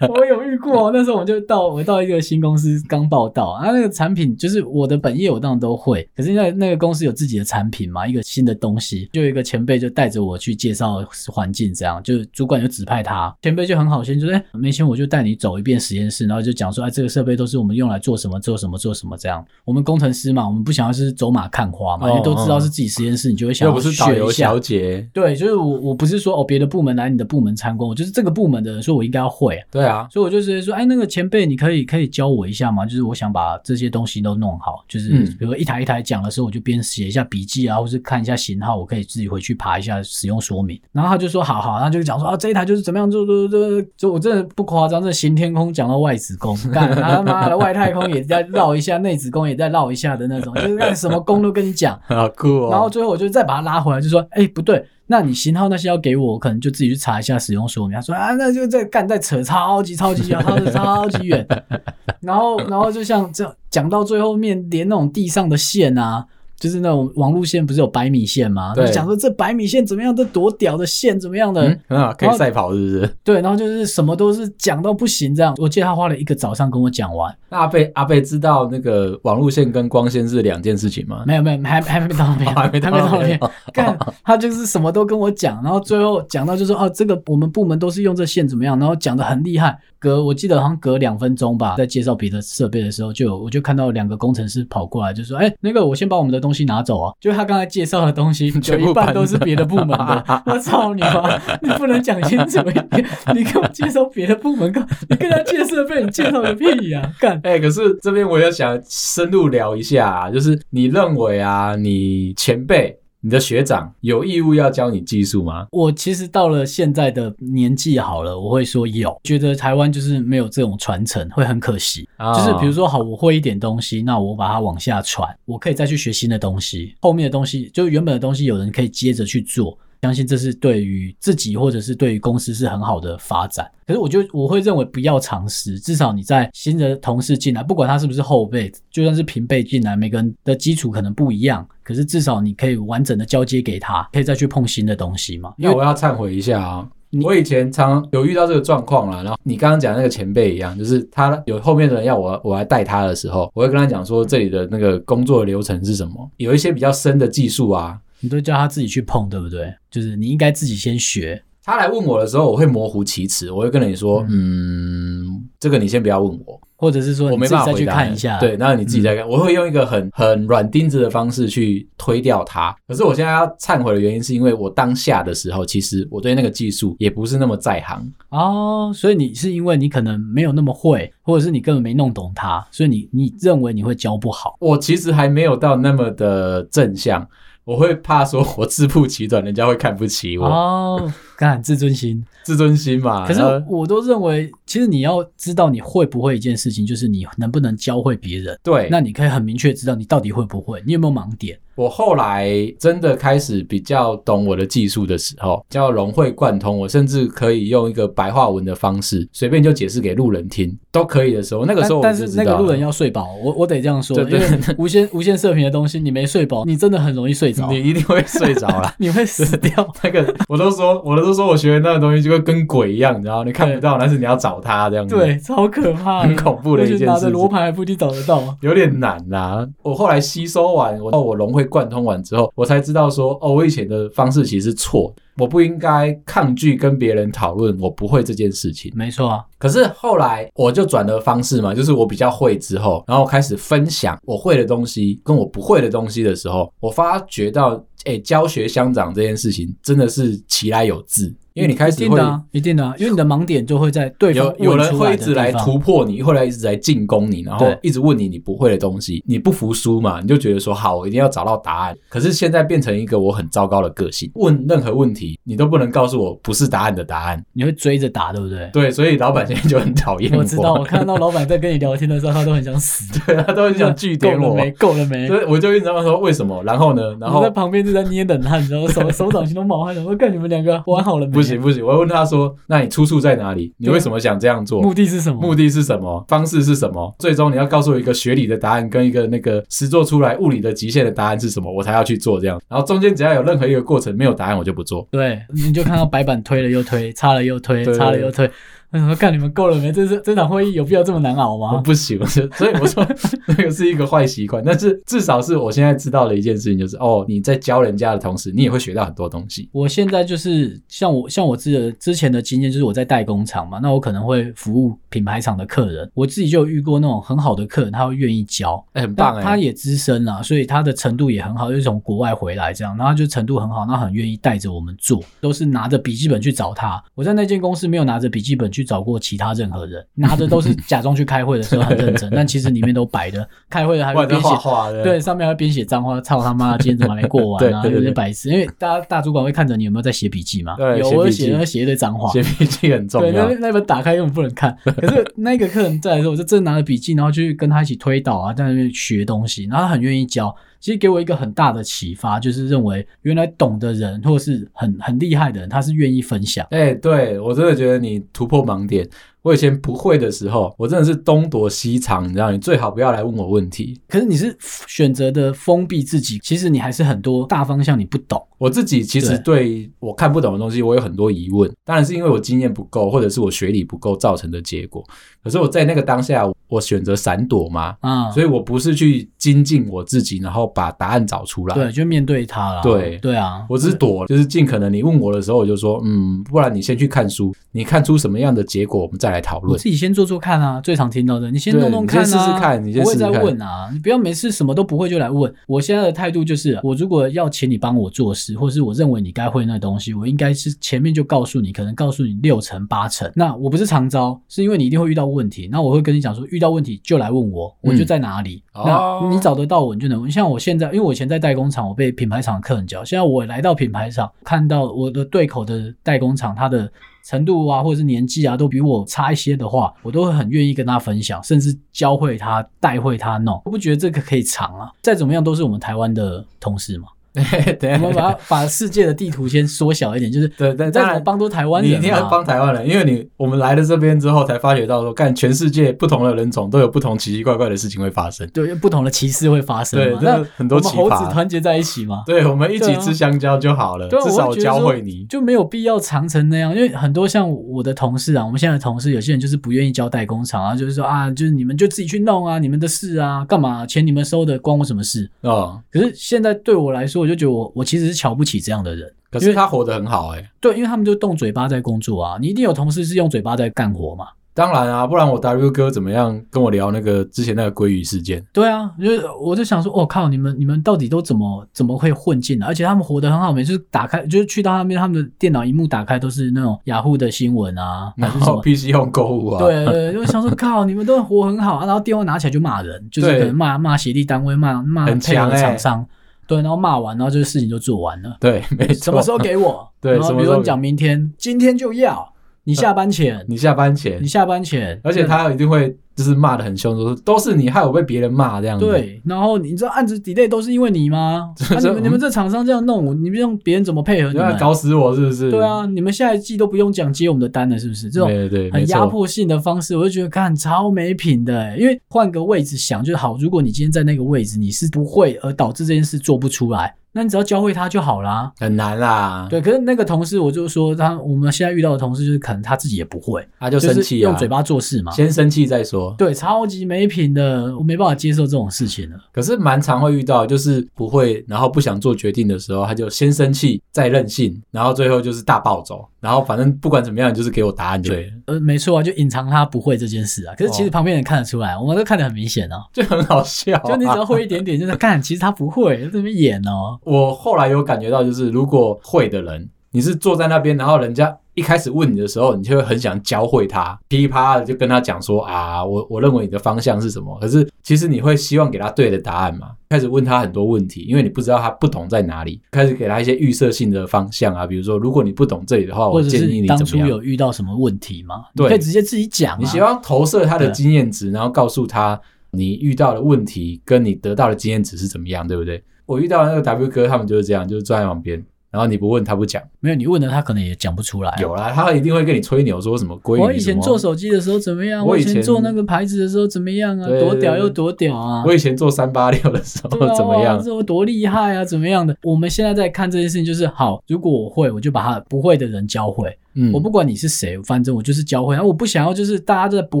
[SPEAKER 2] 我有遇过，那时候我就到我到一个新公司刚报道，啊，那个产品就是我的本业我当然都会，可是那那个公司有自己的产品嘛，一个新的东西，就有一个前辈就带着我去介绍环境，这样就是主管就指派他，前辈就很好心，就说哎，没钱我就带你走一遍实验室，然后就讲说，哎，这个设备都是我们用来做什么做什么做什么这样。我们工程师嘛，我们不想要是走马看花嘛，因为都知道是自己实验室，你就会想
[SPEAKER 1] 哦又
[SPEAKER 2] 要
[SPEAKER 1] 不是导
[SPEAKER 2] 学
[SPEAKER 1] 游
[SPEAKER 2] 一下
[SPEAKER 1] 小姐，
[SPEAKER 2] 对，就是我我不是说哦别的部门来你的部门参观，我就是这个部门的人说我应该要会、啊，
[SPEAKER 1] 对啊，
[SPEAKER 2] 所以我就直接说，哎，那个前辈你可以可以教我一下吗？就是我想把这些东西都弄好，就是
[SPEAKER 1] 嗯
[SPEAKER 2] 比如说一台一台讲的时候，我就边写一下笔记啊，或是看一下型号，我可以自己回去爬一下使用说明。然后他就说好好，他就讲说啊这一台就是怎么样，就就就就我真的不夸张，这行天空讲到外子宫，干他妈的外太空也在绕一下，内子宫也在绕一下的那种，就是干什么宫都跟你讲。
[SPEAKER 1] 好酷哦。
[SPEAKER 2] 然后最后我就再把他拉回来，就说：“哎、不对，那你型号那些要给我，我可能就自己去查一下使用说明。”他说：“啊，那就再干再扯超级超级远，超级超级远。” [laughs] 然后然后就像这样讲到最后面，连那种地上的线啊。就是那种网路线，不是有百米线吗？
[SPEAKER 1] 对
[SPEAKER 2] 就讲说这百米线怎么样，这多屌的线怎么样的，
[SPEAKER 1] 嗯，很好，可以
[SPEAKER 2] 然后
[SPEAKER 1] 赛跑是不是？
[SPEAKER 2] 对，然后就是什么都是讲到不行这样。我记得他花了一个早上跟我讲完，
[SPEAKER 1] [laughs] 那阿贝阿贝知道那个网路线跟光纤是两件事情吗？
[SPEAKER 2] 没有没有，还还没到那边，
[SPEAKER 1] 哦还没到
[SPEAKER 2] 还没到
[SPEAKER 1] 那
[SPEAKER 2] 那
[SPEAKER 1] 边
[SPEAKER 2] 边。 [laughs] 干，
[SPEAKER 1] 哦
[SPEAKER 2] 他就是什么都跟我讲，然后最后讲到就说哦，这个我们部门都是用这线怎么样，然后讲的很厉害。隔我记得好像隔两分钟吧，在介绍别的设备的时候，就有我就看到两个工程师跑过来，就说：“哎、那个我先把我们的东西拿走啊。”就他刚才介绍的东西，有
[SPEAKER 1] 全
[SPEAKER 2] 一
[SPEAKER 1] 部搬
[SPEAKER 2] 半都是别的部门的。我操你妈！你不能讲清楚一点，你给我介绍别的部门干，你跟他介绍设备，你介绍个屁呀、干！
[SPEAKER 1] 哎、可是这边我也想深入聊一下、啊，就是你认为啊，你前辈、你的学长有义务要教你技术吗？
[SPEAKER 2] 我其实到了现在的年纪好了，我会说有，觉得台湾就是没有这种传承，会很可惜。就是比如
[SPEAKER 1] 说，
[SPEAKER 2] 说，好，我会一点东西，那我把它往下传，我可以再去学新的东西，后面的东西就是原本的东西，有人可以接着去做。相信这是对于自己或者是对于公司是很好的发展。可是我就我会认为不要尝试，至少你在新的同事进来，不管他是不是后辈，就算是平辈进来，每个人的基础可能不一样，可是至少你可以完整的交接给他，可以再去碰新的东西嘛。因
[SPEAKER 1] 那
[SPEAKER 2] 为
[SPEAKER 1] 我要忏悔一下啊。
[SPEAKER 2] 你
[SPEAKER 1] 我以前常常有遇到这个状况啦，然后你刚刚讲那个前辈一样，就是他有后面的人要我我来带他的时候，我会跟他讲说这里的那个工作流程是什么，有一些比较深的技术啊，
[SPEAKER 2] 你都叫他自己去碰，对不对？就是你应该自己先学，
[SPEAKER 1] 他来问我的时候，我会模糊其词，我会跟你说，嗯，这个你先不要问我，
[SPEAKER 2] 或者是说
[SPEAKER 1] 我
[SPEAKER 2] 你
[SPEAKER 1] 没
[SPEAKER 2] 自己
[SPEAKER 1] 办法
[SPEAKER 2] 再
[SPEAKER 1] 回
[SPEAKER 2] 去
[SPEAKER 1] 答
[SPEAKER 2] 看
[SPEAKER 1] 你。
[SPEAKER 2] 一下。嗯
[SPEAKER 1] 对，，那你自己再看。我会用一个很很软钉子的方式去推掉它。可是我现在要忏悔的原因，是因为我当下的时候，其实我对那个技术也不是那么在行。
[SPEAKER 2] 哦，所以你是因为你可能没有那么会，或者是你根本没弄懂它，所以你你认为你会教不好。
[SPEAKER 1] 我其实还没有到那么的正向，我会怕说我自曝其短，人家会看不起我，啊
[SPEAKER 2] 哦，干自尊心。
[SPEAKER 1] 自尊心嘛。
[SPEAKER 2] 可是
[SPEAKER 1] 然后
[SPEAKER 2] 我我都认为，其实你要知道你会不会一件事情，就是你能不能教会别人。
[SPEAKER 1] 对，
[SPEAKER 2] 那你可以很明确知道你到底会不会，你有没有盲点。
[SPEAKER 1] 我后来真的开始比较懂我的技术的时候，叫融会贯通，我甚至可以用一个白话文的方式，随便就解释给路人听都可以的时候，那个时候
[SPEAKER 2] 但
[SPEAKER 1] 我
[SPEAKER 2] 但
[SPEAKER 1] 就是知道
[SPEAKER 2] 那个路人
[SPEAKER 1] 了
[SPEAKER 2] 要睡饱，我我得这样说，
[SPEAKER 1] 对对
[SPEAKER 2] 因为无线无线射频的东西，你没睡饱，你真的很容易睡着，。
[SPEAKER 1] 你一定会睡着啦
[SPEAKER 2] 你会死掉。
[SPEAKER 1] 那个我都说，我都说我学的那个东西就跟跟鬼一样，你知道，你看不到，但是你要找他这样子。
[SPEAKER 2] 对，超可怕的，
[SPEAKER 1] 很恐怖的一件事情
[SPEAKER 2] 而且拿着罗盘还不一定找得到。
[SPEAKER 1] 有点难啦、我后来吸收完，我哦我融会贯通完之后，我才知道说，哦，我以前的方式其实是错的，我不应该抗拒跟别人讨论我不会这件事情。
[SPEAKER 2] 没错啊，
[SPEAKER 1] 可是后来我就转了方式嘛，就是我比较会之后，然后我开始分享我会的东西跟我不会的东西的时候，我发觉到，哎、教学相长这件事情真的是其来有自，因为你开
[SPEAKER 2] 一
[SPEAKER 1] 始
[SPEAKER 2] 定
[SPEAKER 1] 会
[SPEAKER 2] 的、啊，一定的、啊，因为你的盲点就会在对方
[SPEAKER 1] 有有人会一
[SPEAKER 2] 一
[SPEAKER 1] 直来突破你，会来一直来进攻你，然后
[SPEAKER 2] 对
[SPEAKER 1] 一直问你你不会的东西，你不服输嘛，你就觉得说好，我一定要找到答案。可是现在变成一个我很糟糕的个性，问任何问题你都不能告诉我不是答案的答案。
[SPEAKER 2] 你会追着打，对不对？
[SPEAKER 1] 对，所以老板现在就很讨厌
[SPEAKER 2] 我知 [laughs] 道，我看到老板在跟你聊天的时候，他都很想死，
[SPEAKER 1] 对他都很想据点
[SPEAKER 2] 够了
[SPEAKER 1] 我，
[SPEAKER 2] 没？够了 [laughs] 没？
[SPEAKER 1] 所以我就一直跟他说为什么，然后呢，然
[SPEAKER 2] 我在
[SPEAKER 1] 后
[SPEAKER 2] 旁边就在捏冷汗，你知道吗， [laughs] 手手掌心都冒汗，想说看你们两个玩好了没？
[SPEAKER 1] 不行，不行，我要问他说，那你出处在哪里？你为什么想这样做？
[SPEAKER 2] 目的是什么？
[SPEAKER 1] 目的是什么？方式是什么？最终你要告诉我一个学理的答案跟一个那个实做出来物理的极限的答案是什么，我才要去做这样。然后中间只要有任何一个过程没有答案，我就不做。
[SPEAKER 2] 对，你就看到白板推了又推，擦了又推，
[SPEAKER 1] 对
[SPEAKER 2] 擦了又推。我想说，看你们够了没？这是这场会议有必要这么难熬
[SPEAKER 1] 我
[SPEAKER 2] 吗？
[SPEAKER 1] 不行，我就所以我说 [laughs] 那个是一个坏习惯，但是至少是我现在知道的一件事情，就是哦，你在教人家的同时，你也会学到很多东西。
[SPEAKER 2] 我现在就是像我像我自己的之前的经验，就是我在代工厂嘛，那我可能会服务品牌厂的客人，我自己就有遇过那种很好的客人，他会愿意教，
[SPEAKER 1] 哎、很棒
[SPEAKER 2] 但
[SPEAKER 1] 哎、
[SPEAKER 2] 他也资深啦，所以他的程度也很好，就是从国外回来这样，然后他就程度很好，那很愿意带着我们做，都是拿着笔记本去找他。我在那间公司没有拿着笔记本去找过其他任何人，拿的都是 [laughs] 假装去开会的时候很认真，但其实里面都白的，开会的还
[SPEAKER 1] 我
[SPEAKER 2] 会
[SPEAKER 1] 还在
[SPEAKER 2] 边
[SPEAKER 1] 画
[SPEAKER 2] 写。
[SPEAKER 1] 画的，
[SPEAKER 2] 对，上面还会边写
[SPEAKER 1] [laughs]
[SPEAKER 2] 脏话，操他妈，今天怎么还没过完啊？
[SPEAKER 1] 对对对
[SPEAKER 2] 有
[SPEAKER 1] 对
[SPEAKER 2] 点白痴，因为大家大主管会看着你有没有在写笔记嘛。
[SPEAKER 1] 对
[SPEAKER 2] 有，
[SPEAKER 1] 写
[SPEAKER 2] 我有
[SPEAKER 1] 笔记
[SPEAKER 2] 写，要写一堆脏话。
[SPEAKER 1] 写笔记很重
[SPEAKER 2] 对，那
[SPEAKER 1] 要
[SPEAKER 2] 那。那本打开根本不
[SPEAKER 1] [laughs]
[SPEAKER 2] 能看。可是那个客人在的时候，我就真的拿着笔记，然后去跟他一起推导啊，在那边学东西，然后他很愿意教。其实给我一个很大的启发，就是认为原来懂的人或是很很厉害的人，他是愿意分享。
[SPEAKER 1] 哎、对我真的觉得你突破盲点。我以前不会的时候，我真的是东躲西藏，你知道，你最好不要来问我问题。
[SPEAKER 2] 可是你是选择的封闭自己，其实你还是很多大方向你不懂。
[SPEAKER 1] 我自己其实对我看不懂的东西，我有很多疑问。当然是因为我经验不够，或者是我学历不够造成的结果。可是我在那个当下，我选择闪躲嘛，
[SPEAKER 2] 啊、
[SPEAKER 1] 所以我不是去精进我自己，然后把答案找出来。
[SPEAKER 2] 对，就面对他了。
[SPEAKER 1] 对
[SPEAKER 2] 对啊，
[SPEAKER 1] 我只是躲，就是尽可能你问我的时候，我就说，嗯，不然你先去看书，你看出什么样的结果，我们再来讨
[SPEAKER 2] 你 [laughs]
[SPEAKER 1] 论。
[SPEAKER 2] 自己先做做看啊，最常听到的，你先
[SPEAKER 1] 对
[SPEAKER 2] 弄弄看啊，
[SPEAKER 1] 你先试试看你先
[SPEAKER 2] 不会
[SPEAKER 1] 试试
[SPEAKER 2] 再
[SPEAKER 1] 看
[SPEAKER 2] 问啊，你不要每次什么都不会就来问。我现在的态度就是，我如果要请你帮我做事，或是我认为你该会那东西，我应该是前面就告诉你，可能告诉你六成八成。那我不是常招，是因为你一定会遇到问题，那我会跟你讲说，遇到问题就来问我，我就在哪里。
[SPEAKER 1] 哦
[SPEAKER 2] 那你找得到我，你就能问。像我现在，因为我以前在代工厂，我被品牌厂的客人教，现在我来到品牌厂，看到我的对口的代工厂，它的程度啊，或者是年纪啊，都比我差一些的话，我都会很愿意跟他分享，甚至教会他、带会他弄。我不觉得这个可以藏啊，再怎么样都是我们台湾的同事嘛。
[SPEAKER 1] [laughs] 等一下
[SPEAKER 2] 我们把它把世界的地图先缩小一点，就是
[SPEAKER 1] 对对
[SPEAKER 2] 你再
[SPEAKER 1] 当
[SPEAKER 2] 怎么
[SPEAKER 1] 然
[SPEAKER 2] 帮都台湾
[SPEAKER 1] 你
[SPEAKER 2] 人
[SPEAKER 1] 一定要
[SPEAKER 2] 嘛
[SPEAKER 1] 帮台湾人，因为你我们来了这边之后，才发觉到说，干全世界不同的人种都有不同奇奇怪怪的事情会发生。
[SPEAKER 2] 对，因为不同的歧视会发生
[SPEAKER 1] 对
[SPEAKER 2] 嘛。，
[SPEAKER 1] 真
[SPEAKER 2] 那
[SPEAKER 1] 的很多
[SPEAKER 2] 我们
[SPEAKER 1] 奇
[SPEAKER 2] 猴子
[SPEAKER 1] 葩。
[SPEAKER 2] 团结在一起
[SPEAKER 1] [laughs]
[SPEAKER 2] 嘛。
[SPEAKER 1] 对，我们一
[SPEAKER 2] 对
[SPEAKER 1] 起
[SPEAKER 2] 啊
[SPEAKER 1] 吃香蕉就好了，
[SPEAKER 2] 对啊
[SPEAKER 1] 至少我
[SPEAKER 2] 我会觉得
[SPEAKER 1] 教
[SPEAKER 2] 说
[SPEAKER 1] 会你。
[SPEAKER 2] 就没有必要藏成那样，因为很多像我的同事啊，我们现在的同事，有些人就是不愿意交代工厂啊，就是说啊，就是你们就自己去弄啊，你们的事啊，干嘛钱你们收的，关我什么事？
[SPEAKER 1] 哦，
[SPEAKER 2] 可是现在对我来说，我就觉得我我其实是瞧不起这样的人。
[SPEAKER 1] 可是他活得很好哎、
[SPEAKER 2] 对，因为他们就动嘴巴在工作啊，你一定有同事是用嘴巴在干活嘛。
[SPEAKER 1] 当然啊，不然我 W 哥怎么样跟我聊那个之前那个鲑鱼事件？
[SPEAKER 2] 对啊，就是我就想说，我、哦靠，你们你们到底都怎么怎么会混进来？而且他们活得很好，每次打开就是去到他们他们的电脑荧幕打开都是那种雅虎的新闻啊，还
[SPEAKER 1] 然
[SPEAKER 2] 是什
[SPEAKER 1] 后
[SPEAKER 2] 么
[SPEAKER 1] PC 用购物啊，，
[SPEAKER 2] 对对，就想说靠，你们都活很好、啊，然后电话拿起来就骂
[SPEAKER 1] [laughs]
[SPEAKER 2] 人，就是
[SPEAKER 1] 对
[SPEAKER 2] 可能骂骂协力单位，骂骂
[SPEAKER 1] 很
[SPEAKER 2] 配
[SPEAKER 1] 强
[SPEAKER 2] 合
[SPEAKER 1] 欸
[SPEAKER 2] 厂商，对，然后骂完，然后这个事情就做完了。
[SPEAKER 1] 对，没错。
[SPEAKER 2] 什么时候给我？
[SPEAKER 1] [laughs] 对
[SPEAKER 2] 然后
[SPEAKER 1] 什
[SPEAKER 2] 比如
[SPEAKER 1] 么时
[SPEAKER 2] 说
[SPEAKER 1] 候
[SPEAKER 2] 你讲明天，今天就要，你下班前，
[SPEAKER 1] 你下班前
[SPEAKER 2] 你，下班前，
[SPEAKER 1] 而且他一定会就是骂的很凶，说都是你害我被别人骂这样子。，
[SPEAKER 2] 对，然后你知道案子 delay 都是因为
[SPEAKER 1] [laughs]
[SPEAKER 2] 你吗？啊、你
[SPEAKER 1] 这
[SPEAKER 2] 们你们这厂商这样弄，我你们用别人怎么配合你
[SPEAKER 1] 你要
[SPEAKER 2] 们？
[SPEAKER 1] 啊搞死我是不是？
[SPEAKER 2] 对，啊，你们下一季都不用讲接我们的单了，是不是？这种
[SPEAKER 1] 对对，没
[SPEAKER 2] 很压
[SPEAKER 1] 错，
[SPEAKER 2] 迫性的方式，我就觉得看超没品的、欸因为换个位置想就好，如果你今天在那个位置，你是不会而导致这件事做不出来，那你只要教会他就好啦。
[SPEAKER 1] 很难啦。，
[SPEAKER 2] 对，可是那个同事，我就说他，我们现在遇到的同事就是可能他自己也不会，
[SPEAKER 1] 他就生
[SPEAKER 2] 就是
[SPEAKER 1] 气啊，
[SPEAKER 2] 用嘴巴做事嘛。
[SPEAKER 1] 先生气再说。
[SPEAKER 2] 对，超级没品的，我没办法接受这种事情了。
[SPEAKER 1] 可是蛮常会遇到，就是不会，然后不想做决定的时候，他就先生气，再任性，然后最后就是大暴走，然后反正不管怎么样，你就是给我答案就对了，
[SPEAKER 2] 呃，没错啊，就隐藏他不会这件事啊。可是其实
[SPEAKER 1] 哦
[SPEAKER 2] 旁边人看得出来，我们都看得很明显哦。
[SPEAKER 1] [laughs] 就很好笑、啊。
[SPEAKER 2] 就你只要会一点点，就是看，其实他不会，在那边演哦。
[SPEAKER 1] 我后来有感觉到，就是如果会的人，你是坐在那边，然后人家一开始问你的时候，你就会很想教会他，噼里啪啦的就跟他讲说啊，我我认为你的方向是什么，可是其实你会希望给他对的答案嘛。开始问他很多问题，因为你不知道他不懂在哪里，开始给他一些预设性的方向啊，比如说如果你不懂这里的话，
[SPEAKER 2] 或
[SPEAKER 1] 我
[SPEAKER 2] 者
[SPEAKER 1] 哦建
[SPEAKER 2] 是
[SPEAKER 1] 议
[SPEAKER 2] 你
[SPEAKER 1] 你
[SPEAKER 2] 当
[SPEAKER 1] 怎
[SPEAKER 2] 初
[SPEAKER 1] 么样。
[SPEAKER 2] 有遇到什么问题吗？你
[SPEAKER 1] 对
[SPEAKER 2] 可以直接自己讲、啊。
[SPEAKER 1] 你希望投射他的
[SPEAKER 2] 对
[SPEAKER 1] 经验值，然后告诉他你遇到的问题跟你得到的经验值是怎么样，对不对？我遇到的那个 W 哥他们就是这样，就是坐在旁边，然后你不问他不讲。
[SPEAKER 2] 没有你问的，他可能也讲不出来、啊。
[SPEAKER 1] 有啦，他一定会跟你吹牛说什么鲑鱼。
[SPEAKER 2] 我以前做，手机的时候怎么样？
[SPEAKER 1] 我
[SPEAKER 2] 我以
[SPEAKER 1] 以前
[SPEAKER 2] 前做那个牌子的时候怎么样啊？
[SPEAKER 1] 对对
[SPEAKER 2] 多屌
[SPEAKER 1] 对
[SPEAKER 2] 又多屌啊！
[SPEAKER 1] 我以前做三八六的时
[SPEAKER 2] [laughs]
[SPEAKER 1] 候 [laughs]
[SPEAKER 2] 对啊
[SPEAKER 1] 怎么
[SPEAKER 2] 哇
[SPEAKER 1] 样？
[SPEAKER 2] 这我多厉害啊，怎么样的？我们现在在看这件事情，就是好，如果我会，我就把他不会的人教会。
[SPEAKER 1] 嗯，
[SPEAKER 2] 我不管你是谁，反正我就是教会。然后我不想要就是大家在不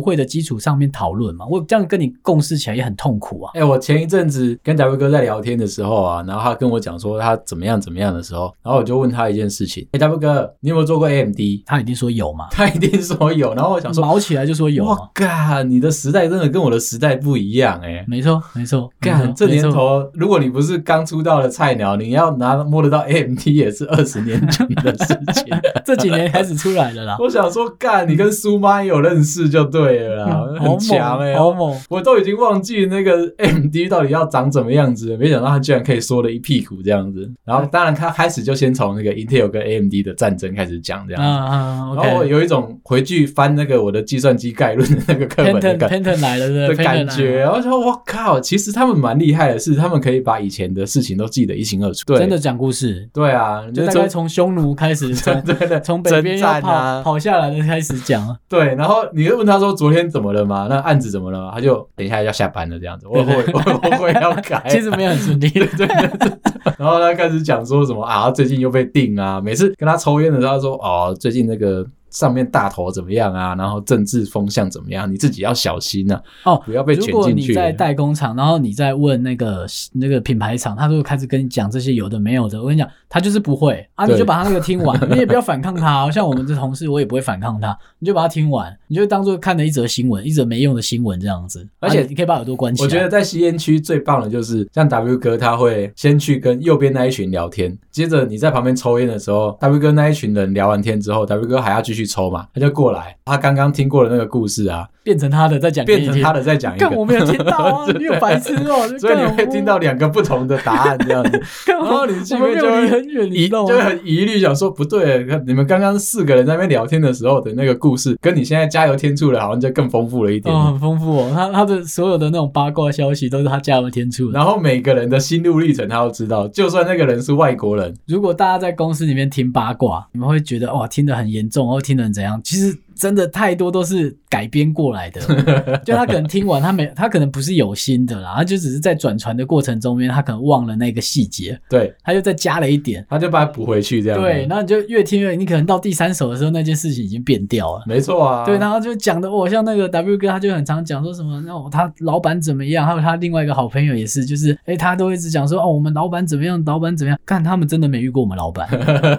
[SPEAKER 2] 会的基础上面讨论嘛，我这样跟你共事起来也很痛苦啊。
[SPEAKER 1] 哎、我前一阵子跟 W 哥在聊天的时候啊，然后他跟我讲说他怎么样怎么样的时候，然后我就问他一件事情：哎、w 哥，你有没有做过 AMD？
[SPEAKER 2] 他一定说有嘛，
[SPEAKER 1] [laughs] 他一定说有，然后我想说，
[SPEAKER 2] 毛起来就说有啊嘛
[SPEAKER 1] 哇，干，你的时代真的跟我的时代不一样哎、
[SPEAKER 2] 没错没错，没错
[SPEAKER 1] 干，这
[SPEAKER 2] 嗯没
[SPEAKER 1] 年
[SPEAKER 2] 错
[SPEAKER 1] 头，如果你不是刚出道的菜鸟，你要拿摸得到 [laughs] AMD 也是二十年前的事情。，
[SPEAKER 2] [laughs] 这几年开始出来了啦
[SPEAKER 1] 我想说，干，你跟苏妈也有认识就对了啦，
[SPEAKER 2] 嗯
[SPEAKER 1] 很强哎、
[SPEAKER 2] 好猛，
[SPEAKER 1] 我都已经忘记那个 MD 到底要长怎么样子了，没想到他居然可以说了一屁股这样子。然后，当然他开始就先从那个 Intel 跟 AMD 的战争开始讲这
[SPEAKER 2] 嗯
[SPEAKER 1] 样子。
[SPEAKER 2] 嗯
[SPEAKER 1] 然后我
[SPEAKER 2] ，OK。
[SPEAKER 1] 哦有一种回去翻那个我的计算机概论的那个课本的
[SPEAKER 2] Penton
[SPEAKER 1] 感
[SPEAKER 2] Penton 来了，对
[SPEAKER 1] [laughs] 的
[SPEAKER 2] 不对？
[SPEAKER 1] 感
[SPEAKER 2] Penton 来了
[SPEAKER 1] 觉，哦然后说我靠，其实他们蛮厉害的是，他们可以把以前的事情都记得一清二楚。对，
[SPEAKER 2] 真的，讲故事，
[SPEAKER 1] 对啊，
[SPEAKER 2] 就大概从匈奴开始，
[SPEAKER 1] 对
[SPEAKER 2] 从
[SPEAKER 1] [laughs] 对对，
[SPEAKER 2] 从北边
[SPEAKER 1] 征
[SPEAKER 2] 要
[SPEAKER 1] 战
[SPEAKER 2] 跑、
[SPEAKER 1] 啊，
[SPEAKER 2] 跑下来的开始讲，
[SPEAKER 1] 对，然后你就问他说昨天怎么了嘛？那案子怎么了嘛？他就等一下要下班了这样子，我
[SPEAKER 2] 对
[SPEAKER 1] 会我我我会要改。
[SPEAKER 2] [laughs] 其实没有很
[SPEAKER 1] [laughs]
[SPEAKER 2] 顺利。
[SPEAKER 1] 对对对，对然后他开始讲说什么啊，最近又被定啊。每次跟他抽烟的时候，他说哦，最近那个上面大头怎么样啊？然后政治风向怎么样？你自己要小心啊，
[SPEAKER 2] 哦
[SPEAKER 1] 不要被
[SPEAKER 2] 如
[SPEAKER 1] 卷
[SPEAKER 2] 果
[SPEAKER 1] 进
[SPEAKER 2] 你
[SPEAKER 1] 去。
[SPEAKER 2] 在代工厂，然后你再问那个那个品牌厂，他都开始跟你讲这些有的没有的。我跟你讲，他就是不会啊，你
[SPEAKER 1] 对
[SPEAKER 2] 就把他那个听完，你也不要反抗他。哦像我们这同事，我也不会反抗他，你就把它听完，你就当做看了一则新闻，一则没用的新闻这样子。
[SPEAKER 1] 而且
[SPEAKER 2] 啊你可以把耳朵关起来。
[SPEAKER 1] 我觉得在吸烟区最棒的就是像 W 哥，他会先去跟右边那一群聊天，接着你在旁边抽烟的时候，W 哥那一群人聊完天之后，W 哥还要继续抽嘛，他就过来，他刚刚听过的那个故事啊，
[SPEAKER 2] 变成他的再讲给
[SPEAKER 1] 变
[SPEAKER 2] 你
[SPEAKER 1] 成
[SPEAKER 2] 听
[SPEAKER 1] 他。的再讲一
[SPEAKER 2] 干，我
[SPEAKER 1] 个。
[SPEAKER 2] 没有听到啊！
[SPEAKER 1] [laughs] 对
[SPEAKER 2] 你有白痴哦、就
[SPEAKER 1] 所以你
[SPEAKER 2] 干
[SPEAKER 1] 会听到，两个不同的答案这样子，
[SPEAKER 2] 然
[SPEAKER 1] 然后你
[SPEAKER 2] 我
[SPEAKER 1] 这
[SPEAKER 2] 们
[SPEAKER 1] 边
[SPEAKER 2] 就
[SPEAKER 1] 就
[SPEAKER 2] 离
[SPEAKER 1] 会
[SPEAKER 2] 很远， [laughs] 你
[SPEAKER 1] 疑
[SPEAKER 2] 知道
[SPEAKER 1] 就
[SPEAKER 2] 吗
[SPEAKER 1] 会很疑虑，想说不对，你们刚刚四个人在那边聊天的时候的那个故事，跟你现在加油添醋了，好像就更丰富了一点。
[SPEAKER 2] 哦，很丰富哦。他他的所有的那种八卦消息都是他加油添醋的。
[SPEAKER 1] 然后每个人的心路历程他都知道，就算那个人是外国人，
[SPEAKER 2] 哦如果大家在公司里面听八卦，你们会觉得哇，听得很严重，或听得很怎样？其实真的太多都是改编过来的，就他可能听完他没他可能不是有心的啦，他就只是在转传的过程中间他可能忘了那个细节，
[SPEAKER 1] 对，
[SPEAKER 2] 他又再加了一点。
[SPEAKER 1] 他就把它补回去这样。
[SPEAKER 2] 对，，那你就越听越，你可能到第三首的时候，那件事情已经变掉了。
[SPEAKER 1] 没错啊。
[SPEAKER 2] 对，然后就讲的我、像那个 W 哥，他就很常讲说什么，那我他老板怎么样，还有他另外一个好朋友也是，就是诶，他都一直讲说哦，我们老板怎么样，老板怎么样，看他们真的没遇过我们
[SPEAKER 1] [laughs]
[SPEAKER 2] 老板，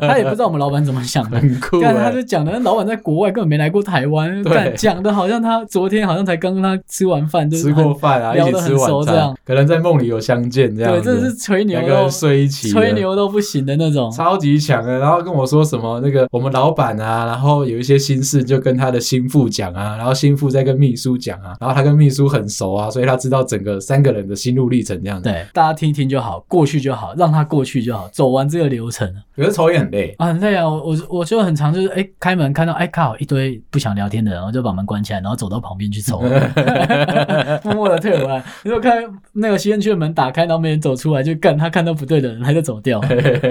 [SPEAKER 2] 他也不知道我们老板怎么想的。
[SPEAKER 1] 很酷、欸。
[SPEAKER 2] 但他就讲的，那老板在国外根本没来过台湾，
[SPEAKER 1] 对
[SPEAKER 2] 干讲的好像他昨天好像才刚跟他吃完饭，就是
[SPEAKER 1] 吃过饭啊，一
[SPEAKER 2] 聊
[SPEAKER 1] 起
[SPEAKER 2] 得
[SPEAKER 1] 吃
[SPEAKER 2] 很熟
[SPEAKER 1] 晚
[SPEAKER 2] 这样
[SPEAKER 1] 餐，可能在梦里有相见这
[SPEAKER 2] 很，
[SPEAKER 1] 样
[SPEAKER 2] 对，
[SPEAKER 1] 子。
[SPEAKER 2] 真的是吹牛
[SPEAKER 1] 两个
[SPEAKER 2] 到
[SPEAKER 1] 人睡一起，
[SPEAKER 2] 吹牛都不行的那种。
[SPEAKER 1] 超级强的，然后跟我说什么那个我们老板啊，然后有一些心事就跟他的心腹讲啊，然后心腹再跟秘书讲啊，然后他跟秘书很熟啊，所以他知道整个三个人的心路历程这样子。
[SPEAKER 2] 对，大家听一听就好，过去就好，让他过去就好，走完这个流程
[SPEAKER 1] 可是抽烟很累，
[SPEAKER 2] 啊，很累啊。我我我就很常就是，哎、开门看到，哎、靠，一堆不想聊天的人，我就把门关起来，然后走到旁边去抽，
[SPEAKER 1] [laughs]
[SPEAKER 2] 默默的退回来。如果看那个吸烟区的门打开，然后没人走出来，就干他看到不对的人，他就走掉。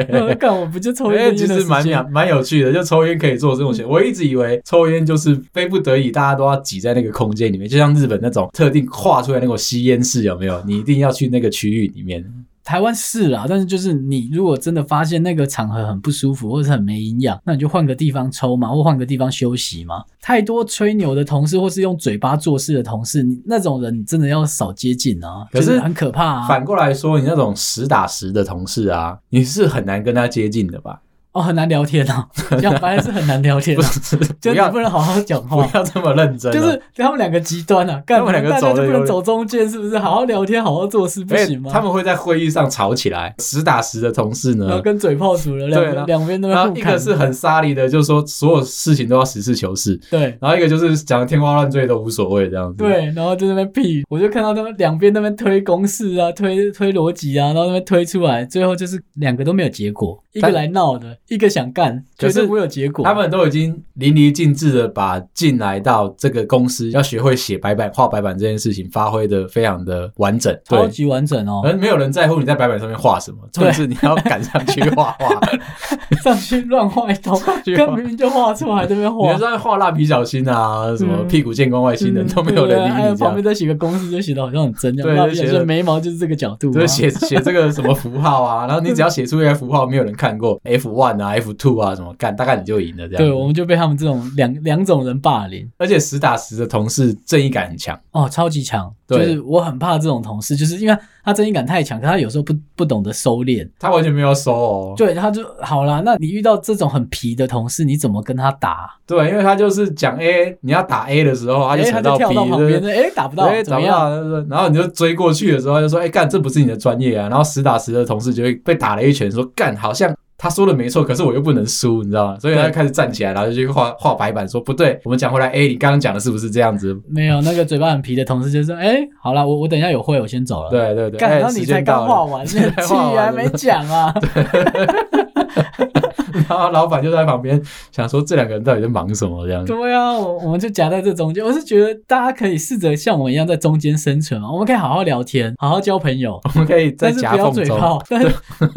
[SPEAKER 2] 那 [laughs] 我就干，我不就抽一
[SPEAKER 1] 哎，
[SPEAKER 2] 根
[SPEAKER 1] 其
[SPEAKER 2] 烟的
[SPEAKER 1] 实
[SPEAKER 2] 时
[SPEAKER 1] 蛮
[SPEAKER 2] 间
[SPEAKER 1] 蛮蛮有趣的，就抽烟可以做这种事。我一直以为抽烟就是非不得已，大家都要挤在那个空间里面，就像日本那种特定画出来那种吸烟室，有没有？你一定要去那个区域里面。
[SPEAKER 2] 台湾是啦，但是就是你如果真的发现那个场合很不舒服，或者是很没营养，那你就换个地方抽嘛，或换个地方休息嘛。太多吹牛的同事，或是用嘴巴做事的同事，你那种人你真的要少接近啊，
[SPEAKER 1] 可是
[SPEAKER 2] 就是很可怕啊。
[SPEAKER 1] 反过来说，你那种实打实的同事啊，你是很难跟他接近的吧？
[SPEAKER 2] 哦，很难聊
[SPEAKER 1] [laughs]
[SPEAKER 2] 天啊，讲白了是很难聊天
[SPEAKER 1] 不
[SPEAKER 2] [laughs] 啊，
[SPEAKER 1] 是，不
[SPEAKER 2] 真的
[SPEAKER 1] 要
[SPEAKER 2] 不能好好讲
[SPEAKER 1] 不
[SPEAKER 2] 话。
[SPEAKER 1] 要这么认真哦、
[SPEAKER 2] 就是他们两个极端啊，干
[SPEAKER 1] 他们两个
[SPEAKER 2] 大
[SPEAKER 1] 走
[SPEAKER 2] 家
[SPEAKER 1] 得
[SPEAKER 2] 就不
[SPEAKER 1] 有
[SPEAKER 2] 能走中间，是不是？好好聊天，好好做事，不
[SPEAKER 1] 哎
[SPEAKER 2] 行吗？
[SPEAKER 1] 他们会在会议上吵起来，实打实的同事
[SPEAKER 2] 然后
[SPEAKER 1] 呢。
[SPEAKER 2] 跟嘴炮组了，
[SPEAKER 1] 对
[SPEAKER 2] 两
[SPEAKER 1] 然
[SPEAKER 2] 个
[SPEAKER 1] 后
[SPEAKER 2] 两边都在
[SPEAKER 1] 然
[SPEAKER 2] 互
[SPEAKER 1] 后一
[SPEAKER 2] 看
[SPEAKER 1] 个是很沙利的，就是说所有事情都要实事求是，
[SPEAKER 2] 对，
[SPEAKER 1] 然后一个就是讲的天花乱坠都无所谓这样子。，
[SPEAKER 2] 对，然后就在那边屁，我就看到他们两边那边推公式啊，推推逻辑啊，然后那边推出来，最后就是两个都没有结果，一个
[SPEAKER 1] 但
[SPEAKER 2] 来闹的，一个想干，
[SPEAKER 1] 可
[SPEAKER 2] 绝
[SPEAKER 1] 是
[SPEAKER 2] 对不会有结果。
[SPEAKER 1] 他们都已经淋漓尽致的把进来到这个公司要学会写白板、画白板这件事情发挥的非常的完整。
[SPEAKER 2] 超
[SPEAKER 1] 对，
[SPEAKER 2] 级完整哦，
[SPEAKER 1] [laughs] 而没有人在乎你在白板上面画什么，重点是你要赶上去画
[SPEAKER 2] [laughs]
[SPEAKER 1] 画。
[SPEAKER 2] 上去乱画一
[SPEAKER 1] [laughs]
[SPEAKER 2] 通，
[SPEAKER 1] 去
[SPEAKER 2] 跟
[SPEAKER 1] 画
[SPEAKER 2] 明明就画错，还在那边
[SPEAKER 1] 你
[SPEAKER 2] 画
[SPEAKER 1] 就。在画蜡笔小新啊，什么
[SPEAKER 2] 嗯
[SPEAKER 1] 屁股见光外星人、
[SPEAKER 2] 嗯
[SPEAKER 1] 都没有
[SPEAKER 2] 对
[SPEAKER 1] 人
[SPEAKER 2] 不对啊还
[SPEAKER 1] 理
[SPEAKER 2] 有
[SPEAKER 1] 你这
[SPEAKER 2] 旁
[SPEAKER 1] 样
[SPEAKER 2] 边。再写个公式，就写的好像很真这
[SPEAKER 1] 对
[SPEAKER 2] 样。蜡
[SPEAKER 1] 就
[SPEAKER 2] 笔
[SPEAKER 1] 写
[SPEAKER 2] 小
[SPEAKER 1] 得
[SPEAKER 2] 新的眉毛就是这个角度、啊，
[SPEAKER 1] 就是写写这个什么符号啊，然后你只要写出一个符号，没有人看过 F one 啊、F two 啊什么干，大概你就赢了这样。
[SPEAKER 2] 对，我们就被他们这种两两种人霸凌。
[SPEAKER 1] 而且实打实的同事正义感很强，
[SPEAKER 2] 哦，超级强，就
[SPEAKER 1] 对
[SPEAKER 2] 是我很怕这种同事，就是因为他正义感太强，可他有时候不不懂得收敛，
[SPEAKER 1] 他完全没有收哦。
[SPEAKER 2] 对，他就好啦。那你遇到这种很皮的同事，你怎么跟他打？
[SPEAKER 1] 对，因为他就是讲 A，你要打 A 的时候，他就
[SPEAKER 2] 诶
[SPEAKER 1] 扯
[SPEAKER 2] 哎他
[SPEAKER 1] B，
[SPEAKER 2] 就跳到旁
[SPEAKER 1] 对
[SPEAKER 2] 边，哎、打不到，
[SPEAKER 1] 对，
[SPEAKER 2] 怎
[SPEAKER 1] 找
[SPEAKER 2] 么
[SPEAKER 1] 不
[SPEAKER 2] 样？
[SPEAKER 1] 到，就是然后你就追过去的时候，他就说：“哎，干，这不是你的专业啊！”然后实打实的同事就会被打了一拳，说：“干，好像他说的没错，可是我又不能输，你知道吗？”所以他就
[SPEAKER 2] 对
[SPEAKER 1] 开始站起来，然后就去画画白板，说：“不对，我们讲回来，哎，你刚刚讲的是不是这样子
[SPEAKER 2] 没有，那个嘴巴很皮的同事就说，哎、好啦，我我等一下有会，我先走？”了。，
[SPEAKER 1] 对对对，
[SPEAKER 2] 干，
[SPEAKER 1] 哎
[SPEAKER 2] 然后你
[SPEAKER 1] 时
[SPEAKER 2] 才
[SPEAKER 1] 间到
[SPEAKER 2] 刚
[SPEAKER 1] 了
[SPEAKER 2] 画完，气
[SPEAKER 1] 才画完
[SPEAKER 2] 还没讲啊。
[SPEAKER 1] [laughs] 然后老板就在旁边想说这两个人到底在忙什么这样子。
[SPEAKER 2] 对啊，我我们就夹在这中间。我是觉得大家可以试着像我一样在中间生存嘛，啊我们可以好好聊天，好好交朋友。
[SPEAKER 1] 我们可以在
[SPEAKER 2] 但是
[SPEAKER 1] 夹
[SPEAKER 2] 不要
[SPEAKER 1] 缝
[SPEAKER 2] 嘴
[SPEAKER 1] 中， [laughs]
[SPEAKER 2] 炮，但是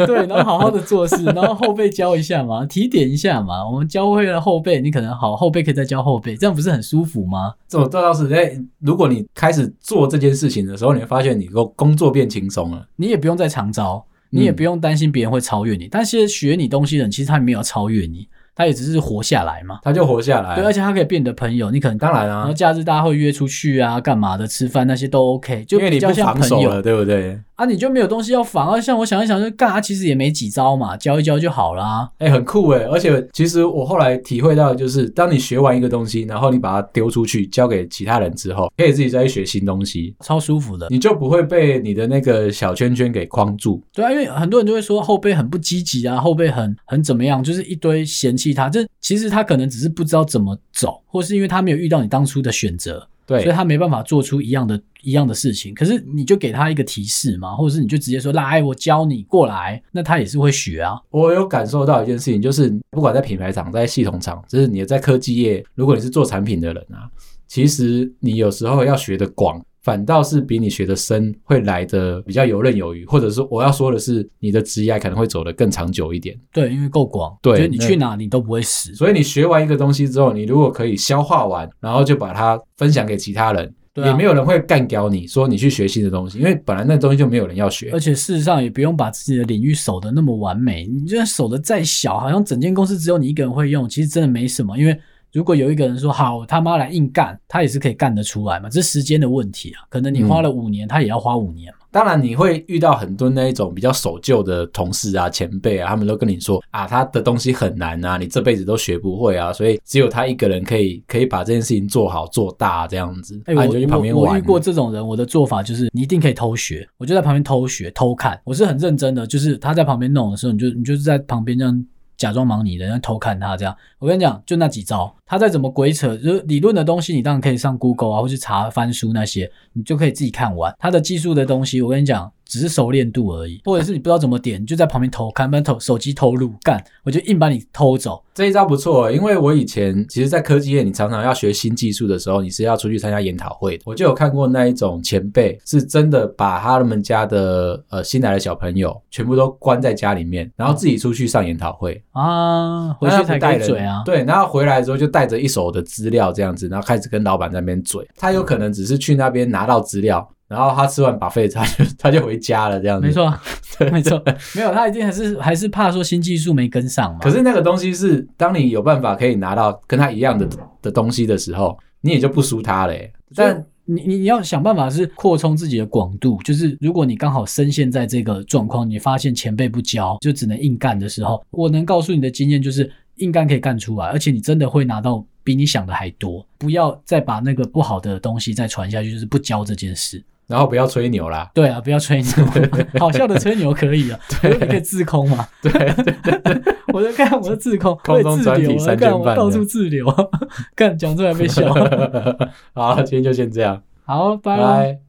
[SPEAKER 2] 对，然后好好的做事，然后后辈教一下嘛，提点一下嘛。我们教会了后辈，你可能好，后辈可以再教后辈，这样不是很舒服吗？
[SPEAKER 1] 这种这倒是，哎，如果你开始做这件事情的时候，你会发现你工工作变轻松了。
[SPEAKER 2] 你也不用再长招，
[SPEAKER 1] 嗯
[SPEAKER 2] 你也不用担心别人会超越你。但是学你东西的人，其实他没有超越你，他也只是活下来嘛。
[SPEAKER 1] 他就活下来
[SPEAKER 2] 对，
[SPEAKER 1] 了。
[SPEAKER 2] 而且嗯他可以变你的朋友，你可能
[SPEAKER 1] 哎当然
[SPEAKER 2] 然后
[SPEAKER 1] 啊，
[SPEAKER 2] 假日大家会约出去啊，干嘛的，吃饭那些都 OK，就
[SPEAKER 1] 因为
[SPEAKER 2] 比
[SPEAKER 1] 你
[SPEAKER 2] 较
[SPEAKER 1] 不
[SPEAKER 2] 像
[SPEAKER 1] 防
[SPEAKER 2] 朋
[SPEAKER 1] 守
[SPEAKER 2] 友
[SPEAKER 1] 了，对不对？
[SPEAKER 2] 啊，你就没有东西要防啊。像我想一想就，干啊，其实也没几招嘛，教一教就好啦。
[SPEAKER 1] 哎、很酷哎！而且其实我后来体会到，就是当你学完一个东西，然后你把它丢出去交给其他人之后，可以自己再去学新东西，
[SPEAKER 2] 超舒服的，
[SPEAKER 1] 你就不会被你的那个小圈圈给框住。
[SPEAKER 2] 对啊，因为很多人就会说后辈很不积极啊，后辈很很怎么样，就是一堆嫌弃他。这其实他可能只是不知道怎么走，或是因为他没有遇到你当初的选择，
[SPEAKER 1] 对
[SPEAKER 2] 所以，他没办法做出一样的一样的事情。可是你就给他一个提示嘛，或者是你就直接说来，我教你过来，那他也是会学啊。
[SPEAKER 1] 我有感受到一件事情，就是不管在品牌厂、在系统厂，就是你在科技业，如果你是做产品的人啊，其实你有时候要学的广，反倒是比你学的深会来的比较游刃有余，或者是我要说的是，你的职业可能会走得更长久一点。
[SPEAKER 2] 对，因为够广，
[SPEAKER 1] 对
[SPEAKER 2] 就是你
[SPEAKER 1] 那
[SPEAKER 2] 去哪你都不会死。
[SPEAKER 1] 所以你学完一个东西之后，你如果可以消化完，然后就把它分享给其他人，
[SPEAKER 2] 对啊
[SPEAKER 1] 也没有人会干掉你说你去学新的东西，因为本来那东西就没有人要学
[SPEAKER 2] 而。且事实上也不用把自己的领域守得那么完美，你就算守得再小，好像整间公司只有你一个人会用，其实真的没什么。因为如果有一个人说好他妈来硬干，他也是可以干得出来嘛，这是时间的问题啊。可能你花了五年，他也要花五年嘛。
[SPEAKER 1] 当然，你会遇到很多那一种比较守旧的同事啊、前辈啊，他们都跟你说啊，他的东西很难啊，你这辈子都学不会啊，所以只有他一个人可以可以把这件事情做好做大这样子。
[SPEAKER 2] 哎、
[SPEAKER 1] 啊、你就去
[SPEAKER 2] 我
[SPEAKER 1] 旁边
[SPEAKER 2] 我我
[SPEAKER 1] 玩
[SPEAKER 2] 遇。过这种人，我的做法就是你一定可以偷学，我就在旁边偷学偷看，我是很认真的，就是他在旁边弄的时候，你就你就是在旁边这样。假装忙你的，然后偷看他这样。我跟你讲，就那几招，他再怎么鬼扯，就是理论的东西，你当然可以上 Google 啊，或去查翻书那些，你就可以自己看完。他的技术的东西，我跟你讲，只是熟练度而已，或者是你不知道怎么点，你就在旁边偷看，不然偷手机偷录干，我就硬把你偷走。
[SPEAKER 1] 这一招不错，因为我以前其实，在科技业，你常常要学新技术的时候，你是要出去参加研讨会的。我就有看过那一种前辈，是真的把他们家的呃新来的小朋友全部都关在家里面，然后自己出去上研讨会，
[SPEAKER 2] 啊，回
[SPEAKER 1] 那
[SPEAKER 2] 去
[SPEAKER 1] 他
[SPEAKER 2] 才
[SPEAKER 1] 不带
[SPEAKER 2] 改
[SPEAKER 1] 人
[SPEAKER 2] 嘴啊。
[SPEAKER 1] 对，然后回来之后就带着一手的资料这样子，然后开始跟老板在那边嘴。他有可能只是去那边拿到资料，然后他吃完把费，他就 [laughs] 他就回家了这样子。
[SPEAKER 2] 没错啊，没错，没有他一定还是还是怕说新技术没跟上嘛。
[SPEAKER 1] 可是那个东西是，当你有办法可以拿到跟他一样的的东西的时候，你也就不输他嘞、欸但
[SPEAKER 2] 你你你要想办法是扩充自己的广度，就是如果你刚好深陷在这个状况，你发现前辈不教，就只能硬干的时候，我能告诉你的经验就是硬干可以干出来，而且你真的会拿到比你想的还多。不要再把那个不好的东西再传下去，就是不教这件事。
[SPEAKER 1] 然后不要吹牛啦。
[SPEAKER 2] 对啊，不要吹牛，好笑的吹牛可以啊，我说你可以自空嘛。对对对， [laughs] 我就看我就自空，
[SPEAKER 1] 空中
[SPEAKER 2] 我也
[SPEAKER 1] 转
[SPEAKER 2] 自
[SPEAKER 1] 体
[SPEAKER 2] 流啊，
[SPEAKER 1] 三
[SPEAKER 2] 干
[SPEAKER 1] 圈
[SPEAKER 2] 我
[SPEAKER 1] 半
[SPEAKER 2] 到
[SPEAKER 1] 这
[SPEAKER 2] 处
[SPEAKER 1] 样
[SPEAKER 2] 自
[SPEAKER 1] [laughs]
[SPEAKER 2] [laughs] 流啊，干讲出来被笑。
[SPEAKER 1] 好，今天就先这样，
[SPEAKER 2] 好，拜
[SPEAKER 1] 拜
[SPEAKER 2] 拜。
[SPEAKER 1] 拜。